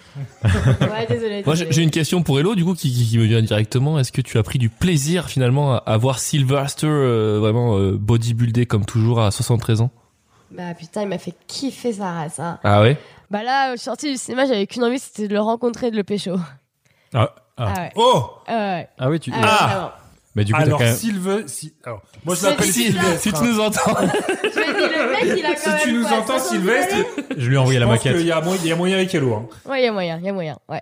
(laughs)
Ouais désolé.
Moi, j'ai j'ai une question pour Hello, du coup, qui, qui- qui me vient directement. Est-ce que tu as pris du plaisir, finalement, à, à voir Sylvester euh, vraiment euh, bodybuildé comme toujours à 73 ans
Bah putain il m'a fait kiffer sa race. Hein.
Ah ouais
Bah là je suis sortie du cinéma j'avais qu'une envie c'était de le rencontrer et de le pécho. Euh,
Ah,
Ah ouais.
Oh
Ah ouais.
ah oui, tu.
Ah, ouais, vraiment.
Mais du coup, t'as
Alors,
quand même.
Sylve... si- Alors, moi, je
C'est
l'appelle
difficile.
Sylvestre.
Si tu
hein.
nous entends
Je me dis, le mec, il a quand
Si tu
même
nous
quoi,
entends,
70
Sylvestre,
années
Je lui ai envoyé
je
la
pense
maquette.
qu'il y a moyen- il y a moyen avec Hello. hein.
Ouais, il y a moyen, il y a moyen, ouais.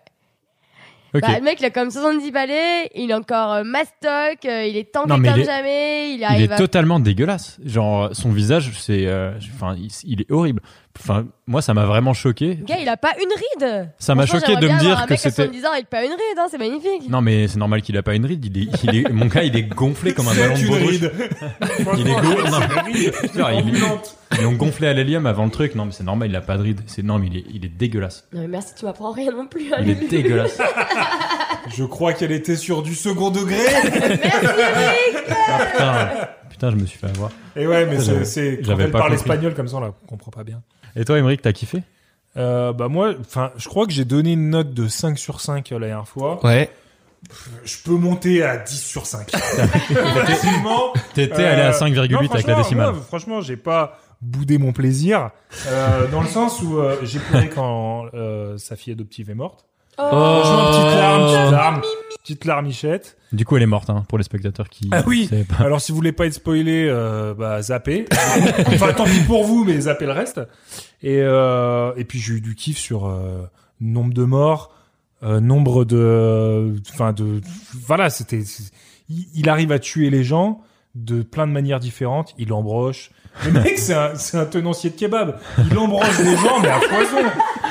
Ok.
Bah, le mec, il a quand même 70 balais, il est encore euh, mastoc, euh, il est tanké
Non, mais
comme
il est-
jamais, il
il
bah,
arrive
est totalement dégueulasse. Genre, son visage, c'est, euh, enfin, il, il est horrible. Enfin, moi, ça m'a vraiment choqué.
Le gars, il a pas une ride.
Ça m'a
Franchement,
choqué
j'aimerais
de me
bien
dire
avoir un
que
mec à
c'était-
70 ans avec pas une ride, hein, c'est magnifique.
Non, mais c'est normal qu'il a pas une ride. Il est, il est- mon gars, il est gonflé comme un ballon de
une
baudruche.
ride.
Il est
Franchement,
gonflé. non.
c'est la
(laughs)
ride.
Putain, il- Ils l'ont gonflé à l'hélium avant le truc. Non, mais c'est normal, il a pas de ride. C'est, non, mais il est, il est dégueulasse.
Non mais merci, tu m'apprends rien non plus. hein,
Il est
(laughs)
Lulu. (laughs)
dégueulasse.
Je crois qu'elle était sur du second degré.
Ah, putain, putain, je me suis fait avoir.
Et ouais, mais
Ah, J'avais-
c'est- c'est quand
j'avais
elle
pas
parle
compris.
espagnol comme ça, on la comprend pas bien.
Et toi, Émeric, t'as kiffé
Euh, bah moi, enfin, je crois que j'ai donné une note de 5 sur 5 la dernière fois.
Ouais.
Je peux monter à 10 sur 5. Effectivement.
T'étais allé à 5,8
Euh, non,
avec la
franchement,
décimale.
moi, franchement, j'ai pas boudé mon plaisir euh, dans le sens où euh, j'ai pleuré quand euh, sa fille adoptive est morte.
Oh,
Franchement, petite larme, petite larme, petite larmichette.
Du coup, elle est morte, hein, pour les spectateurs qui.
Ah oui.
savaient (laughs) pas.
Alors si vous voulez pas être spoilé, euh, bah zappez. enfin tant pis pour vous, mais zappez le reste. Et euh, et puis j'ai eu du kiff sur euh, nombre de morts, euh, nombre de, enfin de, voilà c'était, c'est- il, il arrive à tuer les gens de plein de manières différentes. Il embroche. Le mec c'est un, c'est un tenancier de kebab. Il embroche les gens mais à foison.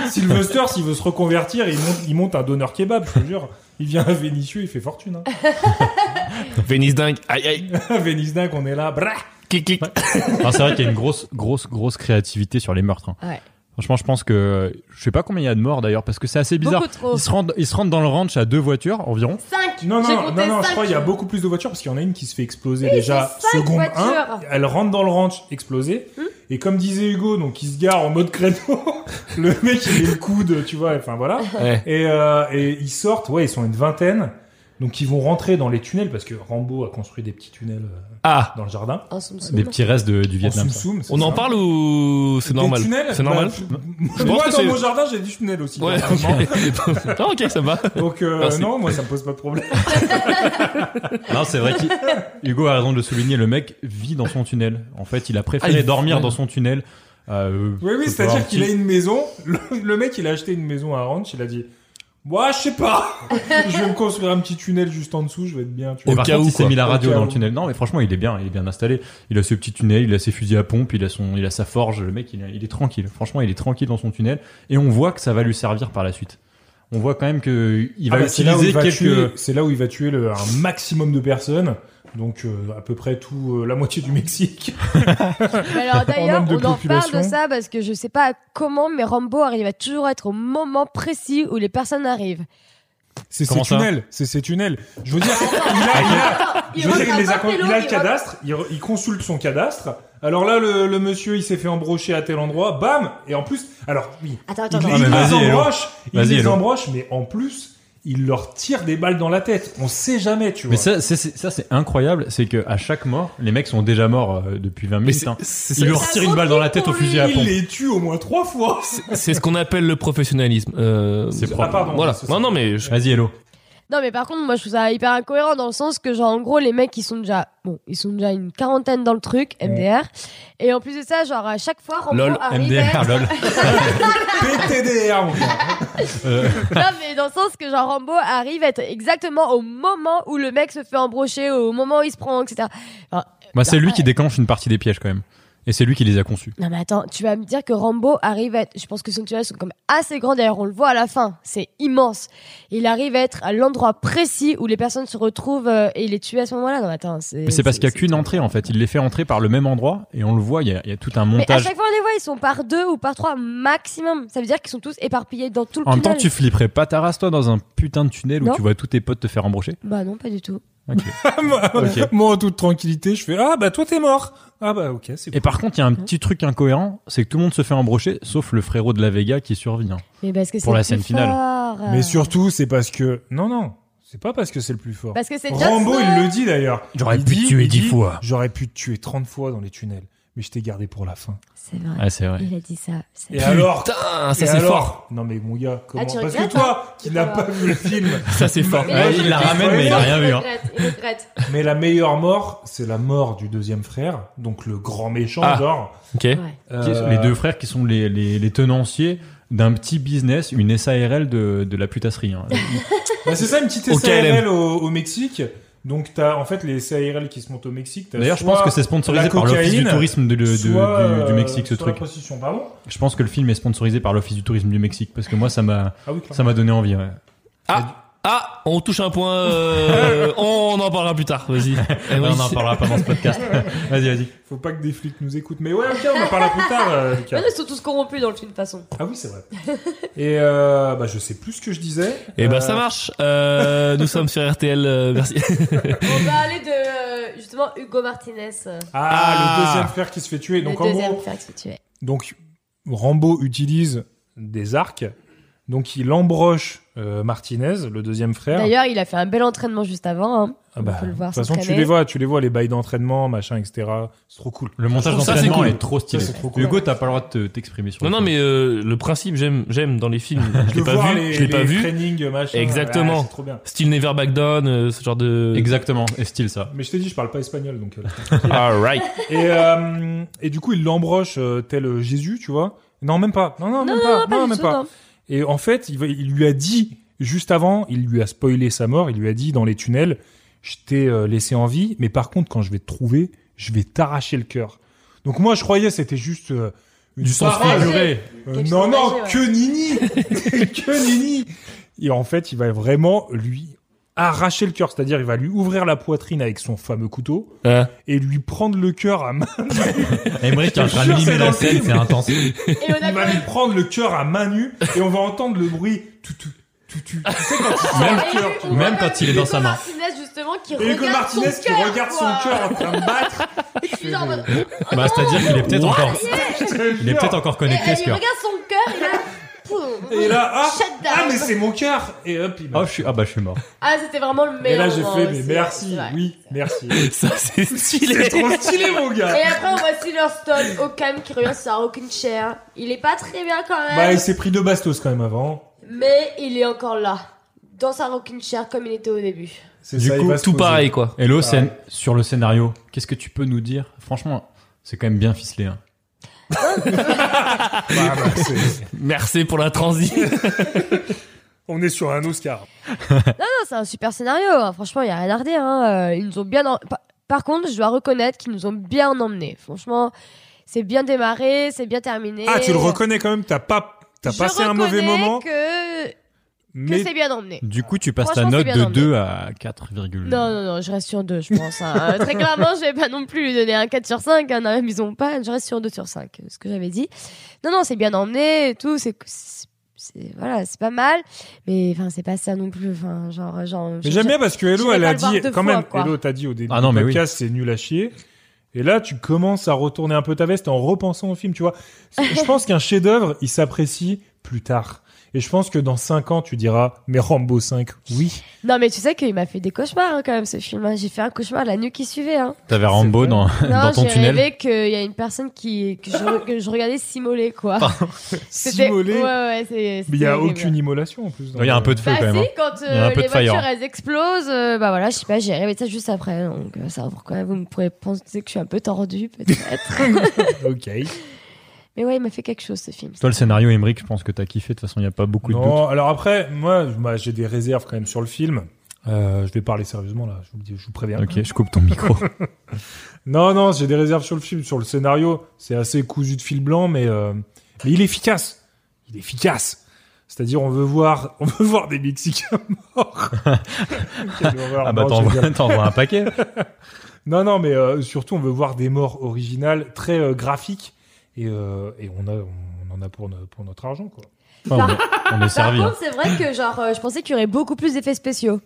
Sylvester s'il veut se reconvertir, il monte, il monte un donneur kebab, je te jure. Il vient à Vénissieux, il fait fortune. Hein. (laughs)
Venise dingue. Aïe, aïe.
Venice Dingue, on est là. Brah
Clic, clic.
Non, c'est vrai qu'il y a une grosse, grosse, grosse créativité sur les meurtres. hein.
Ouais.
Franchement, je pense que je sais pas combien il y a de morts d'ailleurs, parce que c'est assez bizarre.
Beaucoup trop.
Ils se rendent, ils se rendent dans le ranch à deux voitures environ.
5
Non, non, non, non, je crois qu'il y a beaucoup plus de voitures parce qu'il y en a une qui se fait exploser déjà
c'est cinq
seconde 1.
voitures. Hmm.
Elle rentre dans le ranch explosée. Et comme disait Hugo, donc il se gare en mode créneau. (laughs) le mec, il met le coude, tu vois, enfin voilà.
Ouais.
Et, euh, et ils sortent, ouais, ils sont une vingtaine. Donc ils vont rentrer dans les tunnels parce que Rambo a construit des petits tunnels euh,
Ah.
dans le jardin.
Un soum soum.
Des petits restes de- du
En
Vietnam. ça.
soum-soum, c'est
On en
ça.
parle ou c'est
Des
normal
tunnels
C'est normal
Bah,
Je pense
Moi,
que
dans
c'est-
mon jardin, j'ai des tunnels aussi.
Ouais, ok.
normalement.
(laughs) ah, ok, ça va.
Donc euh,
Merci.
non, moi, ça me pose pas de problème.
Non, c'est vrai qu'Hugo a raison de le souligner. Le mec vit dans son tunnel. En fait, il a préféré
Ah, il-
dormir
ouais.
dans son tunnel. euh,
Oui, oui,
que
c'est-à-dire
voir
qu'il
qui-
a une maison. Le, le mec, il a acheté une maison à Ranch. Il a dit Moi, je sais pas. je vais me construire un petit tunnel juste en dessous. Je vais être bien. Tu
Et
Au
vois.
par
cas
contre,
où,
il s'est
quoi.
mis la
Au
radio
cas
dans le
où.
tunnel. Non, mais franchement, il est bien, il est bien installé. Il a ce petit tunnel, il a ses fusils à pompe, il a son, il a sa forge. Le mec, il, est- il est tranquille. Franchement, il est tranquille dans son tunnel. Et on voit que ça va lui servir par la suite. On voit quand même que il va
Ah bah, c'est là où
utiliser
il va tuer-
quelques.
C'est là où il va tuer le- un maximum de personnes. Donc, euh, à peu près tout, euh, la moitié du Mexique.
Mais
(laughs)
alors d'ailleurs,
En nombre de
on en parle
population.
de ça parce que je sais pas comment, mais Rambo arrive à toujours être au moment précis où les personnes arrivent.
(laughs) C'est ces
Comment ça
tunnels. C'est ces tunnels. Je veux dire, (laughs) il a- il a, Je veux dire, il, les a- il a le cadastre, il, re- il consulte son cadastre. Alors là, le, le monsieur, il s'est fait embrocher à tel endroit, bam Et en plus, alors oui,
Attends,
il,
attends,
il
attends.
mais
les
vas-y, Hello.
embroche, il
Vas-y,
les
Hello.
embroche, mais en plus, il leur tire des balles dans la tête. On sait jamais, tu vois.
Mais ça, c'est- c'est- ça, c'est incroyable. C'est que à chaque mort, les mecs sont déjà morts euh, depuis 20
Mais
minutes.
c'est
hein.
c'est
Il lui
ça.
retire une balle dans la tête au fusil à
il
pompe.
les tue au moins trois fois. (laughs)
C'est- c'est ce qu'on appelle le professionnalisme. Euh,
C'est
Ah
propre.
pardon.
voilà.
c'est ça.
Non, non, mais je-
Vas-y, hello.
Non, mais par contre, moi, je trouve ça hyper incohérent dans le sens que, genre, en gros, les mecs, ils sont déjà, bon, ils sont déjà une quarantaine dans le truc, MDR. Et en plus de ça, genre, à chaque fois, Rambo
Lol,
arrive à-
MDR, lol.
PTDR, mon gars.
Euh,
Non, mais dans le sens que, genre, Rambo arrive à être exactement au moment où le mec se fait embrocher, au moment où il se prend, etc.
bah, c'est lui qui déclenche une partie des pièges quand même. Et c'est lui qui les a conçus.
Non, mais attends, tu vas me dire que Rambo arrive à être, je pense que son tunnel sont comme assez grands, d'ailleurs, on le voit à la fin, c'est immense. Il arrive à être à l'endroit précis où les personnes se retrouvent euh, et il est tué à ce moment-là. Non, mais attends, c'est.
Mais c'est parce qu'il n'y a qu'une entrée en fait. Il les fait entrer par le même endroit et on le voit, il y a, il y a tout un
Mais à
montage.
chaque fois, on les voit, ils sont par deux ou par trois maximum. Ça veut dire qu'ils sont tous éparpillés dans tout le
En même
tunnel.
temps, tu flipperais pas ta race toi dans un putain de tunnel où
Non.
tu vois tous tes potes te faire embrocher
Bah non, pas du tout.
Ok. Ok.
Moi, en toute tranquillité, je fais Ah bah toi t'es mort. Ah bah ok, c'est
Et par contre, il y a un petit truc incohérent, c'est que tout le monde se fait embrocher sauf le frérot de la Vega qui survit. hein.
Mais parce que c'est
Pour la
le
scène
plus
finale.
fort, euh.
Mais surtout, c'est parce que non non, c'est pas parce que c'est le plus fort.
Parce que Bah, c'est Jon
Rambo,
Snow.
il le dit d'ailleurs.
J'aurais
Il
pu
dit-
te tuer
il
dix
dit,
fois.
J'aurais pu te tuer 30 fois dans les tunnels, mais je t'ai gardé pour la fin.
C'est vrai.
Ah, c'est vrai.
Il a dit ça. c'est
Et
vrai.
alors
putain, Ah, ça
et
c'est
alors
fort.
Non mais mon gars, comment
tu
Parce que
regrettes,
toi, qui n'as
Ah.
pas vu le film,
Ça c'est fort.
Mais là,
Ouais,
je
il la
regrette,
ramène,
je
mais il a
regrette,
rien vu, hein.
Il
(laughs)
regrette.
mais la meilleure mort, c'est la mort du deuxième frère, donc le grand méchant,
Ah.
genre.
Ok.
Qui-
Euh,
Les deux frères qui sont les, les- les tenanciers d'un petit
(laughs)
business, une SARL de, de la putasserie. hein.
Bah, c'est ça une petite
Au
SARL au, au Mexique. Donc t'as en fait les CARL qui se montent au Mexique. t'as
D'ailleurs, je
soit
pense que c'est sponsorisé
la
par l'Office du
cocaïne,
tourisme de- de- de-
soit,
du- du
euh,
Mexique, ce
soit la
truc.
prostitution, pardon.
Je pense que le film est sponsorisé par l'Office du tourisme du Mexique parce que moi ça m'a
Ah oui, clairement.
ça m'a donné envie. ouais.
Ah, ah, on touche un point.
(laughs)
euh, on en parlera plus tard. Vas-y. Eh oui,
on en
c'est-
parlera pas dans ce podcast. vas-y, vas-y.
Faut pas que des flics nous écoutent. Mais ouais, ok, on en parlera plus tard.
(laughs)
euh, Lucas.
Maintenant, ils sont tous corrompus dans le film, de toute façon.
Ah oui, c'est vrai. Et euh, bah je sais plus ce que je disais.
Eh
Euh,
bah,
ben ça marche. Euh, nous sommes sur RTL. euh, merci. (laughs)
On va aller de, euh, justement, Hugo Martinez. euh,
Ah,
Ah.
le deuxième frère qui se fait tuer. Donc
le
en
deuxième
gros,
frère qui se fait tuer.
donc Rambo utilise des arcs. Donc il embroche euh, Martinez, le deuxième frère.
D'ailleurs, il a fait un bel entraînement juste avant. hein.
Ah bah,
on peut le
de
voir
toute façon, tu
s'entraîner.
les vois, tu les vois les bails d'entraînement, machin, etc. C'est trop cool.
Le montage
trouve ça,
d'entraînement
c'est cool.
est trop stylé.
Ça, c'est trop cool.
Hugo, t'as pas le droit de te- t'exprimer sur.
Non
le
non
film.
mais euh, le principe j'aime j'aime dans les films. Je
De
l'ai pas
voir
vu.
les-
Je l'ai pas
les
vu.
trainings, machin.
Exactement.
Ah, c'est trop bien.
Still Never Back Down, euh, ce genre
(laughs)
de.
Exactement, est style ça.
Mais je t'ai dit, je parle pas espagnol, donc. euh,
All right.
et, euh, et du coup, il l'embroche euh, tel euh, Jésus, tu vois. Non, même pas. Non, non, même pas.
pas
Non,
du
même
tout,
pas.
non.
Et en fait, il, va- il lui a dit, juste avant, il lui a spoilé sa mort, il lui a dit dans les tunnels, je t'ai euh, laissé en vie, mais par contre, quand je vais te trouver, je vais t'arracher le cœur. Donc moi, je croyais c'était juste... euh, une
Du sens
Bah,
parole.
figuré.
Euh,
Quelque
non,
chose
non,
d'âgé,
que nini (laughs) Que nini Et en fait, il va vraiment lui arracher le cœur, c'est-à-dire il va lui ouvrir la poitrine avec son fameux couteau
Euh,
et lui prendre le cœur à main.
Emmerich est en train
Je
de
jure, c'est dans
mimer la
le
scène,
film.
c'est intense.
Et on a
(laughs) Il va
quand
lui
même
prendre le cœur à main nue et on va entendre le bruit tout tout tout tout. Tu sais quand il
Même-
sort le cœur, tu vois.
même quand il est dans sa main.
Martinez, justement, qui
Et Hugo
regarde
Martinez
son
qui
cœur,
regarde son
quoi.
cœur en train de battre.
(laughs) Et puis, genre, en mode-
Bah, c'est-à-dire qu'il est peut-être encore,
Je te
il est
jure.
peut-être encore
Et
connecté ce
elle, euh, il
cœur.
regarde son cœur, et là... poum.
Et là, ah,
Shut down.
ah mais c'est mon cœur Et hop,
eh,
il
Oh,
va.
je suis, ah bah, je suis mort.
Ah, c'était vraiment le
Et
meilleur
là, j'ai
moment
fait, mais
aussi, c'est
merci,
vrai.
oui, merci.
Ça c'est
C'est
(laughs) stylé.
trop stylé, mon gars
Et après, on voit Silverstone, Ockham qui revient sur Rockin' Chair. Il est pas très bien quand même,
Bah, il s'est pris deux bastos quand même avant.
mais il est encore là. Dans sa Rockin' Chair comme il était au début.
C'est
Du
ça, il
coup
va se
tout
poser.
pareil quoi.
Hello,
Ah.
scène, sur le scénario, qu'est-ce que tu peux nous dire Franchement, c'est quand même bien ficelé. hein.
Bah, bah, c'est-
Merci pour la transition.
On est sur un Oscar.
Non, Ah, c'est un super scénario. hein. Franchement, il y a rien à redire. hein. Euh, Ils nous ont bien. en- pa- Par contre, je dois reconnaître qu'ils nous ont bien emmenés. Franchement, c'est bien démarré, c'est bien terminé.
Ah, tu le reconnais quand même, t'as pas, t'as
Je
passé un mauvais
reconnais
moment,
Que, que
mais
c'est bien emmené.
Du coup, tu passes ta
Franchement,
note
c'est bien
de
emmené.
2 à 4,
Hmm.
virgule-
Non, non, non, je reste sur 2, je pense. hein. Très clairement, je vais pas non plus lui donner un 4 sur 5. Hein, non, même ils ont pas. Je reste sur 2 sur 5, ce que j'avais dit. Non, non, c'est bien emmené et tout. C'est. c'est- c'est- Voilà, c'est pas mal. Mais enfin, c'est pas ça non plus. Enfin, genre. genre
mais j'aime bien parce que Hello,
vais
elle
pas
a
le voir
dit,
deux
quand
fois,
même,
quoi.
Hello, t'as dit au début
Ah non,
du
mais oui.
podcast, c'est nul à chier. Et là, tu commences à retourner un peu ta veste en repensant au film, tu vois. Je pense qu'un chef-d'œuvre, il s'apprécie plus tard. Et je pense que dans 5 ans, tu diras, mais Rambo 5, oui.
Non, mais tu sais qu'il m'a fait des cauchemars hein, quand même ce film. hein. J'ai fait un cauchemar la nuit qui suivait. Hein.
T'avais Rambo
vrai.
dans,
Non,
(laughs) dans ton
j'ai
tunnel.
rêvé qu'il y a une personne qui, que, je, que je regardais s'immoler, quoi.
Ah,
C'était-
S'immolé.
Ouais, ouais, c'est.
Mais il y a
c'était horrible.
aucune immolation, en plus. dans
Il y a un
le- (laughs)
peu de feu
Bah
quand même.
si,
hein.
quand
Il y a un
euh,
peu
les
de fire.
voitures elles explosent, euh, bah voilà, je sais pas, j'ai rêvé de ça juste après, donc euh, ça pourquoi vous me pourrez penser que je suis un peu tordue
(laughs)
peut-être.
Ok.
Mais ouais, il m'a fait quelque chose ce film.
Toi, le scénario Emmerich, je pense que t'as kiffé. De toute façon, il n'y a pas beaucoup de doutes.
Non, alors après, moi, bah, j'ai des réserves quand même sur le film. Euh, je vais parler sérieusement là, je vous, le dis- je vous préviens.
Ok, je coupe ton micro.
Non, non, j'ai des réserves sur le film, sur le scénario. C'est assez cousu de fil blanc, mais, euh, mais il est efficace. Il est efficace. C'est-à-dire, on veut voir, (laughs) on veut voir des Mexicains
(laughs)
morts. Quelle horreur.
ah bah
Non, je
t'envoies
veux dire-
t'envoies un paquet.
non, non, mais euh, surtout, on veut voir des morts originales, très euh, graphiques, et, euh, et on a, on en a pour, no- pour notre argent, quoi.
Enfin, on, est, on est
Par
servi. hein.
contre, c'est vrai que genre, euh, je pensais qu'il y aurait beaucoup plus d'effets spéciaux.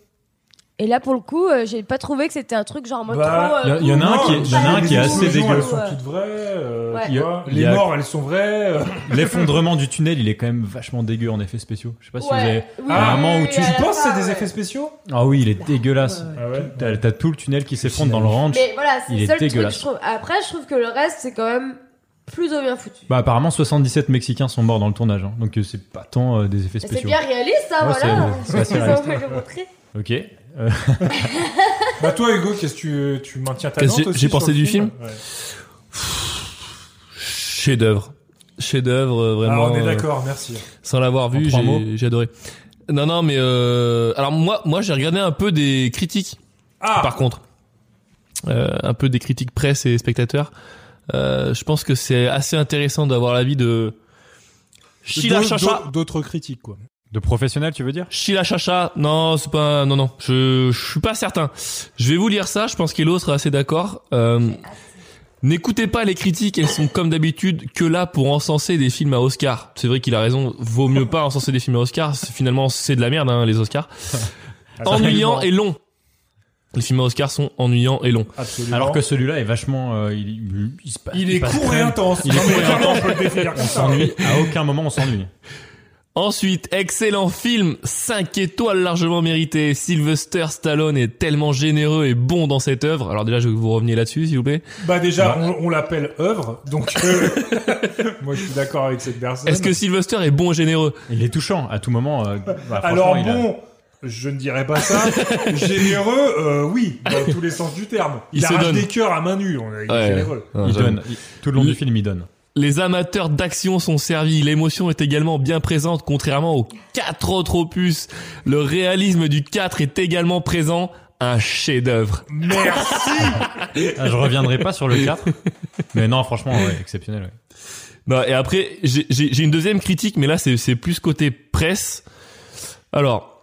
Et là, pour le coup, euh, j'ai pas trouvé que c'était un truc genre en mode
Bah,
trop. euh,
Il y- y en a un
Non,
qui est- il y en a un
les
qui est assez
explosions,
dégueu.
Elles sont toutes vraies. euh,
Ouais.
tu vois.
Il y
Les
a-
morts, elles sont vraies. euh.
L'effondrement du tunnel, il est quand même vachement dégueu en effets spéciaux. Je sais pas si vous avez.
oui,
Ah,
un moment où
oui,
tu-
à
Tu
la
penses que
fin,
c'est des
ouais.
effets spéciaux
Ah oui, il est dégueulasse.
Ah ouais
T'as t'as tout le tunnel qui s'effondre dans le ranch.
Mais voilà, c'est
Il
le
est
seul truc que
dégueulasse.
je trouve. Après, je trouve que le reste, c'est quand même plutôt bien foutu.
Bah apparemment 77 Mexicains sont morts dans le tournage, hein. donc euh, c'est pas tant euh, des effets
Bah, C'est
spéciaux.
bien réaliste, hein,
Ouais,
voilà. (laughs)
c'est- c'est assez
Ils ont
réaliste.
voulu le
(laughs)
montrer.
Ok. Euh,
Bah toi Hugo, qu'est-ce que tu, tu maintiens ta
Qu'est-ce
note
que j'ai-
aussi
j'ai
sur
pensé
le
du film
Ouais.
Chef d'œuvre. Chef d'œuvre euh, vraiment.
Ah, on est
euh,
d'accord, merci.
sans l'avoir vu,
trois mots.
j'ai j'ai adoré. Non non mais euh, alors moi moi j'ai regardé un peu des critiques
Ah,
Par contre, euh, un peu des critiques presse et spectateurs, euh, je pense que c'est assez intéressant d'avoir l'avis de Sheila
D'autres-
Chacha.
d'autres- D'autres critiques, quoi.
De professionnel, tu veux dire
Sheila Chacha, non, c'est pas, non, non, je, je suis pas certain. Je vais vous lire ça, je pense qu'Elo sera assez d'accord. Euh, N'écoutez pas les critiques, elles sont comme d'habitude que là pour encenser des films à Oscar. C'est vrai qu'il a raison, vaut mieux pas encenser des films à Oscar, c'est- finalement c'est de la merde, hein, les Oscars. Ennuyant et long. Les films à Oscar sont ennuyants et longs.
Absolument.
Alors que celui-là est vachement. euh, il, il- il se pa-
Il est
passe
court
très-
et intense.
Il est
Non, mais
court et
clairement,
intense.
on peut le définir comme
On
ça.
s'ennuie. À aucun moment, on s'ennuie.
Ensuite, excellent film, 5 étoiles largement méritées. Sylvester Stallone est tellement généreux et bon dans cette œuvre. Alors déjà, je veux que vous reveniez là-dessus, s'il vous plaît.
Bah déjà, on, on l'appelle œuvre, donc euh, (laughs) moi je suis d'accord avec cette personne.
Est-ce que Sylvester est bon et généreux
Il est touchant. À tout moment. euh, bah, franchement,
Alors
il a-
bon, je ne dirais pas ça. généreux, euh, oui, dans tous les sens du terme.
Il
Il,
se
arrache
donne.
des cœurs à main nue, on est il est
Ouais.
généreux.
Ah,
il
j'avoue.
donne. Il- tout le long du film, il donne.
Les amateurs d'action sont servis, l'émotion est également bien présente, contrairement aux quatre autres opus. Le réalisme du 4 est également présent, un chef-d'œuvre.
Merci.
Ah, je reviendrai pas sur le 4. (laughs) Mais non, franchement, ouais, exceptionnel. ouais.
Non, et après, j'ai- j'ai j'ai une deuxième critique, mais là, c'est c'est plus côté presse. Alors,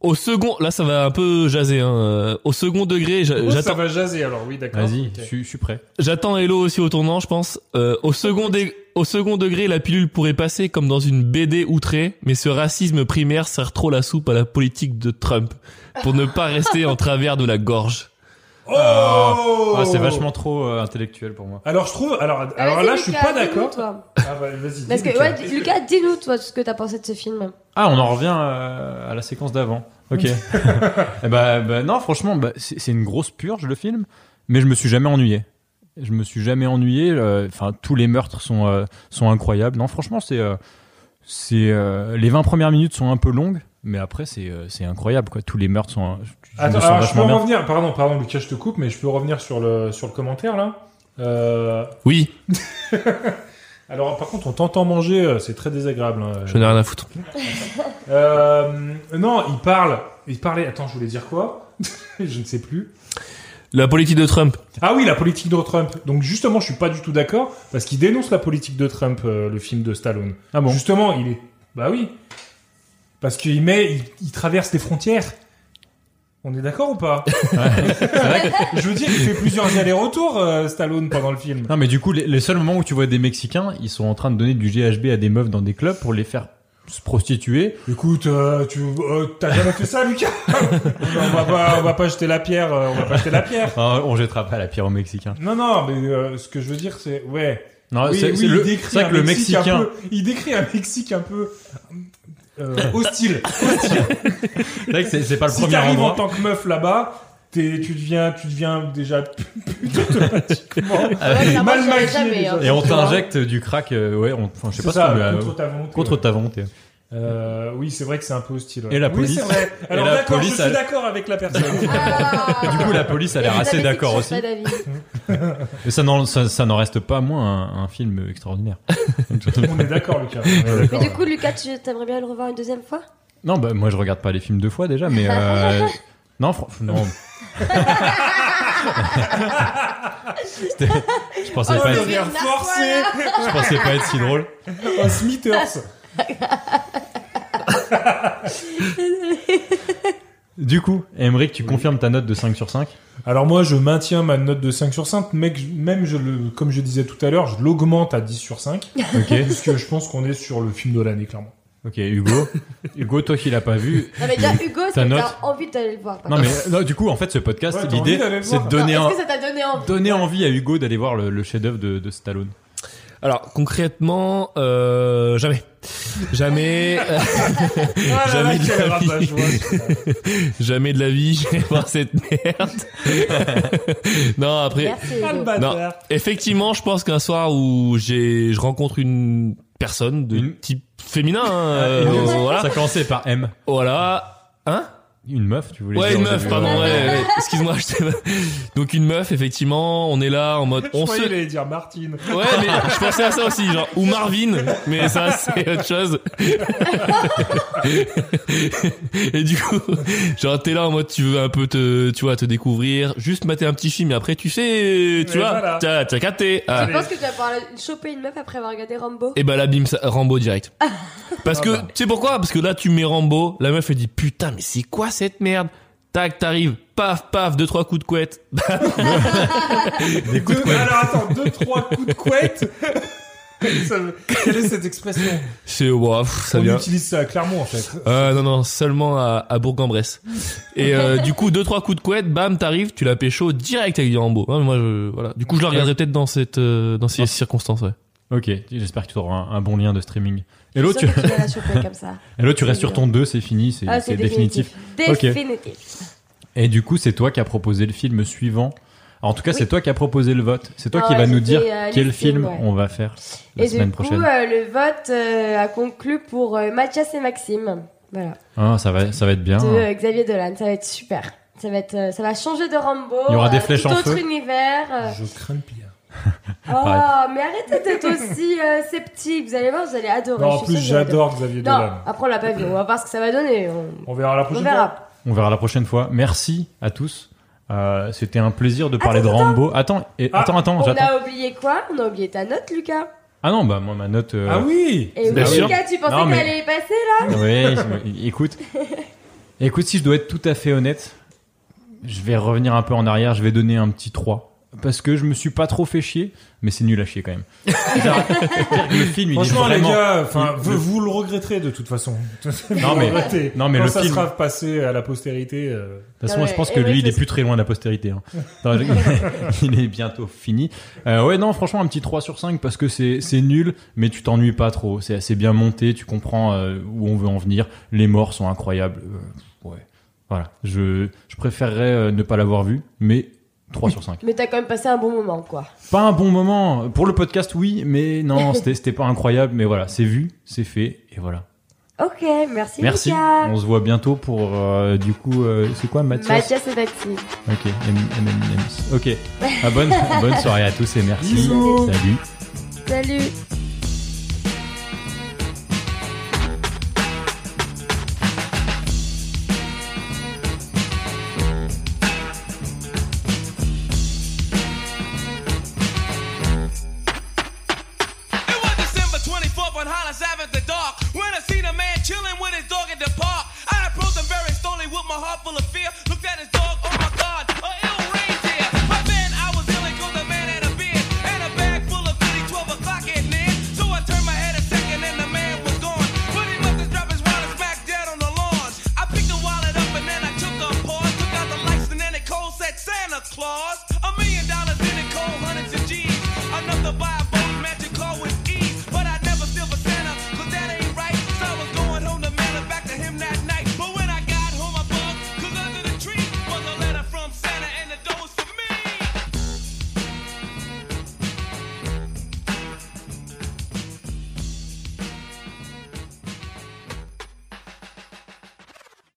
au second, là, ça va un peu jaser. Hein. Euh, Au second degré, j'a-
Oh, ça
j'attends,
va jaser alors, oui, d'accord.
Vas-y,
Ok.
je suis- je suis prêt.
j'attends Hello aussi au tournant, je pense. Euh, au second dé- au second degré, la pilule pourrait passer comme dans une BD outrée, mais ce racisme primaire sert trop la soupe à la politique de Trump pour ne pas rester en travers de la gorge.
Oh,
Ah, c'est vachement trop euh, intellectuel pour moi.
Alors je trouve, alors, alors
Vas-y,
là je suis
Lucas,
pas
dis-nous,
d'accord.
toi.
Ah, bah, vas-y.
Parce que,
dis-le,
ouais,
Pierre.
dis- Lucas, dis-nous, toi, ce que t'as pensé de ce film.
Ah, on en revient euh, à la séquence d'avant. (laughs) Ok. Eh bah, bah, non, franchement, bah, c'est c'est une grosse purge le film, mais je me suis jamais ennuyé. Je me suis jamais ennuyé. euh, Enfin, tous les meurtres sont euh, sont incroyables. Non, franchement, c'est euh, c'est euh, les 20 premières minutes sont un peu longues, mais après c'est euh, c'est incroyable quoi. Tous les meurtres sont. euh, je- je me
Attends,
sens
alors je peux
vachement bien.
revenir, pardon, pardon, Lucas, je te coupe, mais je peux revenir sur le, sur le commentaire là. Euh,
Oui,
alors par contre, on t'entend manger, euh, c'est très désagréable. hein.
je n'ai rien à foutre.
Euh, non, il parle, il parlait, attends, je voulais dire quoi (laughs) Je ne sais plus.
La politique de Trump.
Ah oui, la politique de Trump. Donc justement, je suis pas du tout d'accord, parce qu'il dénonce la politique de Trump, euh, le film de Stallone.
Ah bon.
Justement, il est. Bah oui. Parce qu'il met, il, il traverse les frontières. On est d'accord ou (laughs) pas Je veux dire, il fait plusieurs allers-retours, euh, Stallone, pendant le film.
Non, mais du coup, les, les seuls moments où tu vois des Mexicains, ils sont en train de donner du GHB à des meufs dans des clubs pour les faire se prostituer.
Écoute, euh, tu euh, t'as jamais fait ça, (laughs) Lucas on, va pas, on va pas jeter la pierre, euh, on va pas jeter la pierre.
Ah, on jettera pas la pierre aux Mexicains.
Non, non, mais euh, ce que je veux dire, c'est ouais.
Non,
oui,
Ah, c'est
oui,
c'est
il
le,
décrit
c'est vrai
un
que le
Mexique un
Mexicain,
peu- il décrit un Mexique un peu euh,
(laughs)
hostile.
c'est vrai que c'est- c'est pas le
si
premier
t'arrives en
endroit.
tant que meuf là-bas, t'es- tu deviens, tu deviens déjà (laughs) pute automatiquement.
ça, moi,
mal
je savais
maquillé
jamais,
déjà.
hein.
Ah Et on t'injecte du crack, euh, ouais, on, enfin, je sais
C'est
pas
ça,
ce qu'on lui a-
contre ta volonté.
contre ta volonté.
Euh, oui, c'est vrai que c'est un peu hostile. ouais.
Et la
Oui,
police.
c'est vrai.
Et
Alors
la
d'accord, je
police,
suis
elle-
d'accord avec la
(laughs)
personne.
(laughs) Ah.
Et du coup, la police a
Et
l'air
vous avez
assez
fait
d'accord
que
aussi.
ça, David.
Mais ça n'en, ça, ça n'en reste pas moins un, un film (laughs) extraordinaire.
on est d'accord, Lucas. on est d'accord.
Mais du coup, Lucas, tu t'aimerais bien le revoir une deuxième fois
non, bah, moi je regarde pas les films deux fois déjà, mais euh,
(laughs)
non, fran- non. C'était- je pensais
Oh,
pas
le
être,
rire forcé.
je pensais pas être si drôle.
Oh, Smithers.
Du coup, Emmerich, tu confirmes ta note de 5 sur 5
Alors moi, je maintiens ma note de 5 sur 5, mais que je- même je le, comme je disais tout à l'heure, je l'augmente à 10 sur
(laughs)
5,
Ok.
puisque je pense qu'on est sur le film de l'année, clairement.
Ok, Hugo. Hugo, toi qui l'as pas vu.
Non, mais déjà, Hugo, est-ce
Ta
que
note
t'as envie d'aller le voir par
Non
contre
mais non, du coup, en fait, ce podcast,
Ouais, t'as envie
l'idée,
d'aller le
c'est
voir.
de donner,
Non,
en-
Est-ce que ça t'a donné envie
donner envie à Hugo d'aller voir le, le chef-d'œuvre de, de Stallone.
Alors concrètement, euh, jamais, jamais, (laughs) euh,
Ah
Jamais de la vie. jamais de la vie, (laughs) j'irai voir cette merde. (laughs) non après,
Merci,
Ah,
Hugo.
non. Effectivement, je pense qu'un soir où j'ai, je rencontre une personne de
Une- Ah,
type féminin, hein, euh, voilà,
Ça commençait par M.
voilà, hein
Une meuf, tu voulais
Ouais,
dire
une
au
meuf,
début.
pardon, ouais, ouais, excuse-moi. je t'ai- Donc une meuf, effectivement, on est là en mode,
Je
on
croyais
se,
qu'il allait dire Martine.
Ouais, mais je pensais à ça aussi, genre, ou Marvin, mais ça, c'est autre chose. et du coup, genre, t'es là en mode, tu veux un peu te, tu vois, te découvrir, juste mater un petit film, et après, tu sais, tu
Et
vois,
voilà.
t'as, t'as capté. Ah.
Je pense que tu vas pouvoir choper une meuf après avoir regardé Rambo.
Et bah là, bim, ça- Rambo direct. Parce que, tu sais pourquoi Parce que là, tu mets Rambo, la meuf, elle dit, putain, mais c'est quoi cette merde Tac, t'arrives, paf, paf, deux, trois coups de couette.
Deux- alors attends, deux, trois coups de couette. Ça me- Quelle est cette expression
C'est, wow, pff, ça
On
vient.
utilise ça à Clermont en fait.
Euh, non, non, seulement à, à Bourg-en-Bresse. Et euh, du coup, deux trois coups de couette, bam, t'arrives, tu la pécho direct avec du Rambo. Hein, moi, je, voilà. Du coup, je la regarderai peut-être dans cette, euh, dans ces circonstances. Ouais.
Ok, j'espère que tu auras un, un bon lien de streaming. Et l'autre, tu...
Sûr que tu vas
(laughs)
la choper comme ça.
Et l'autre, tu restes sur ton 2, c'est fini, c'est
Ah,
c'est définitif. Ok.
Définitif.
Et du coup, c'est toi qui as proposé le film suivant. En tout cas, c'est toi qui as proposé le vote. C'est toi
Ah
qui
ouais,
vas nous dire
c'était, euh,
quel
listing,
film
ouais.
on va faire la
et
semaine
du coup,
prochaine.
euh, le vote euh, a conclu pour euh, Mathias et Maxime. Voilà.
Ah, ça, va, ça va être bien. hein.
de euh, Xavier Dolan. Ça va être super. Ça va, être, euh, ça va changer de Rambo.
Il y aura des
euh,
flèches
tout
en
autre
feu.
univers.
(laughs)
euh.
Je crains le pire.
Oh, mais arrêtez d'être aussi euh, sceptique. Vous allez voir, vous allez adorer.
Non,
Je
en
suis
plus,
sûre que vous allez
j'adore
adorer.
Xavier
Non,
Dolan.
après, on l'a pas vu. On va voir ce que ça va donner. On,
On verra la
on
prochaine fois.
verra.
On verra la prochaine fois. Merci à tous. Euh, C'était un plaisir de parler de Rambo. Attends, et, attends, attends,
Ah, on
j'attends.
a oublié quoi On a oublié ta note, Lucas.
Ah non, bah moi ma note. euh,
Ah oui
Et
Bien
oui,
sûr.
Lucas, tu pensais
Non, mais-
qu'elle allait y passer là
Ouais, je- écoute. Écoute, si je dois être tout à fait honnête, je vais revenir un peu en arrière, je vais donner un petit 3. Parce que je me suis pas trop fait chier, mais c'est nul à chier
(laughs)
quand même. C'est-à-dire que le film, il est
Franchement, les
vraiment-
gars, enfin,
il-
vous,
le-
vous le regretterez de toute façon. (laughs) Vous
Non, mais-
le regretterez.
non, mais
Quand
le
ça
film-
sera passé à la postérité. euh,
De toute façon,
Non,
je
mais
pense que
Eric
lui, il
le-
est plus très loin de la postérité. hein. Non, je- il est bientôt fini. Euh, ouais, non, franchement, un petit 3 sur 5 parce que c'est c'est nul, mais tu t'ennuies pas trop. C'est assez bien monté, tu comprends euh, où on veut en venir. Les morts sont incroyables. Euh, ouais. Voilà. Je, je préférerais euh, ne pas l'avoir vu, mais 3 sur 5.
Mais t'as quand même passé un bon moment, quoi.
Pas un bon moment. Pour le podcast, oui, mais non, c'était c'était pas incroyable. Mais voilà, c'est vu, c'est fait, et voilà.
Ok, merci.
Merci.
Lucas.
On se voit bientôt pour, euh, du coup, euh, c'est quoi, Mathias
Mathias et Maxime.
Ok, M- (laughs) M&M's. Ok. Ah, bonne, bonne soirée à tous et merci.
Bisous.
Salut.
Salut.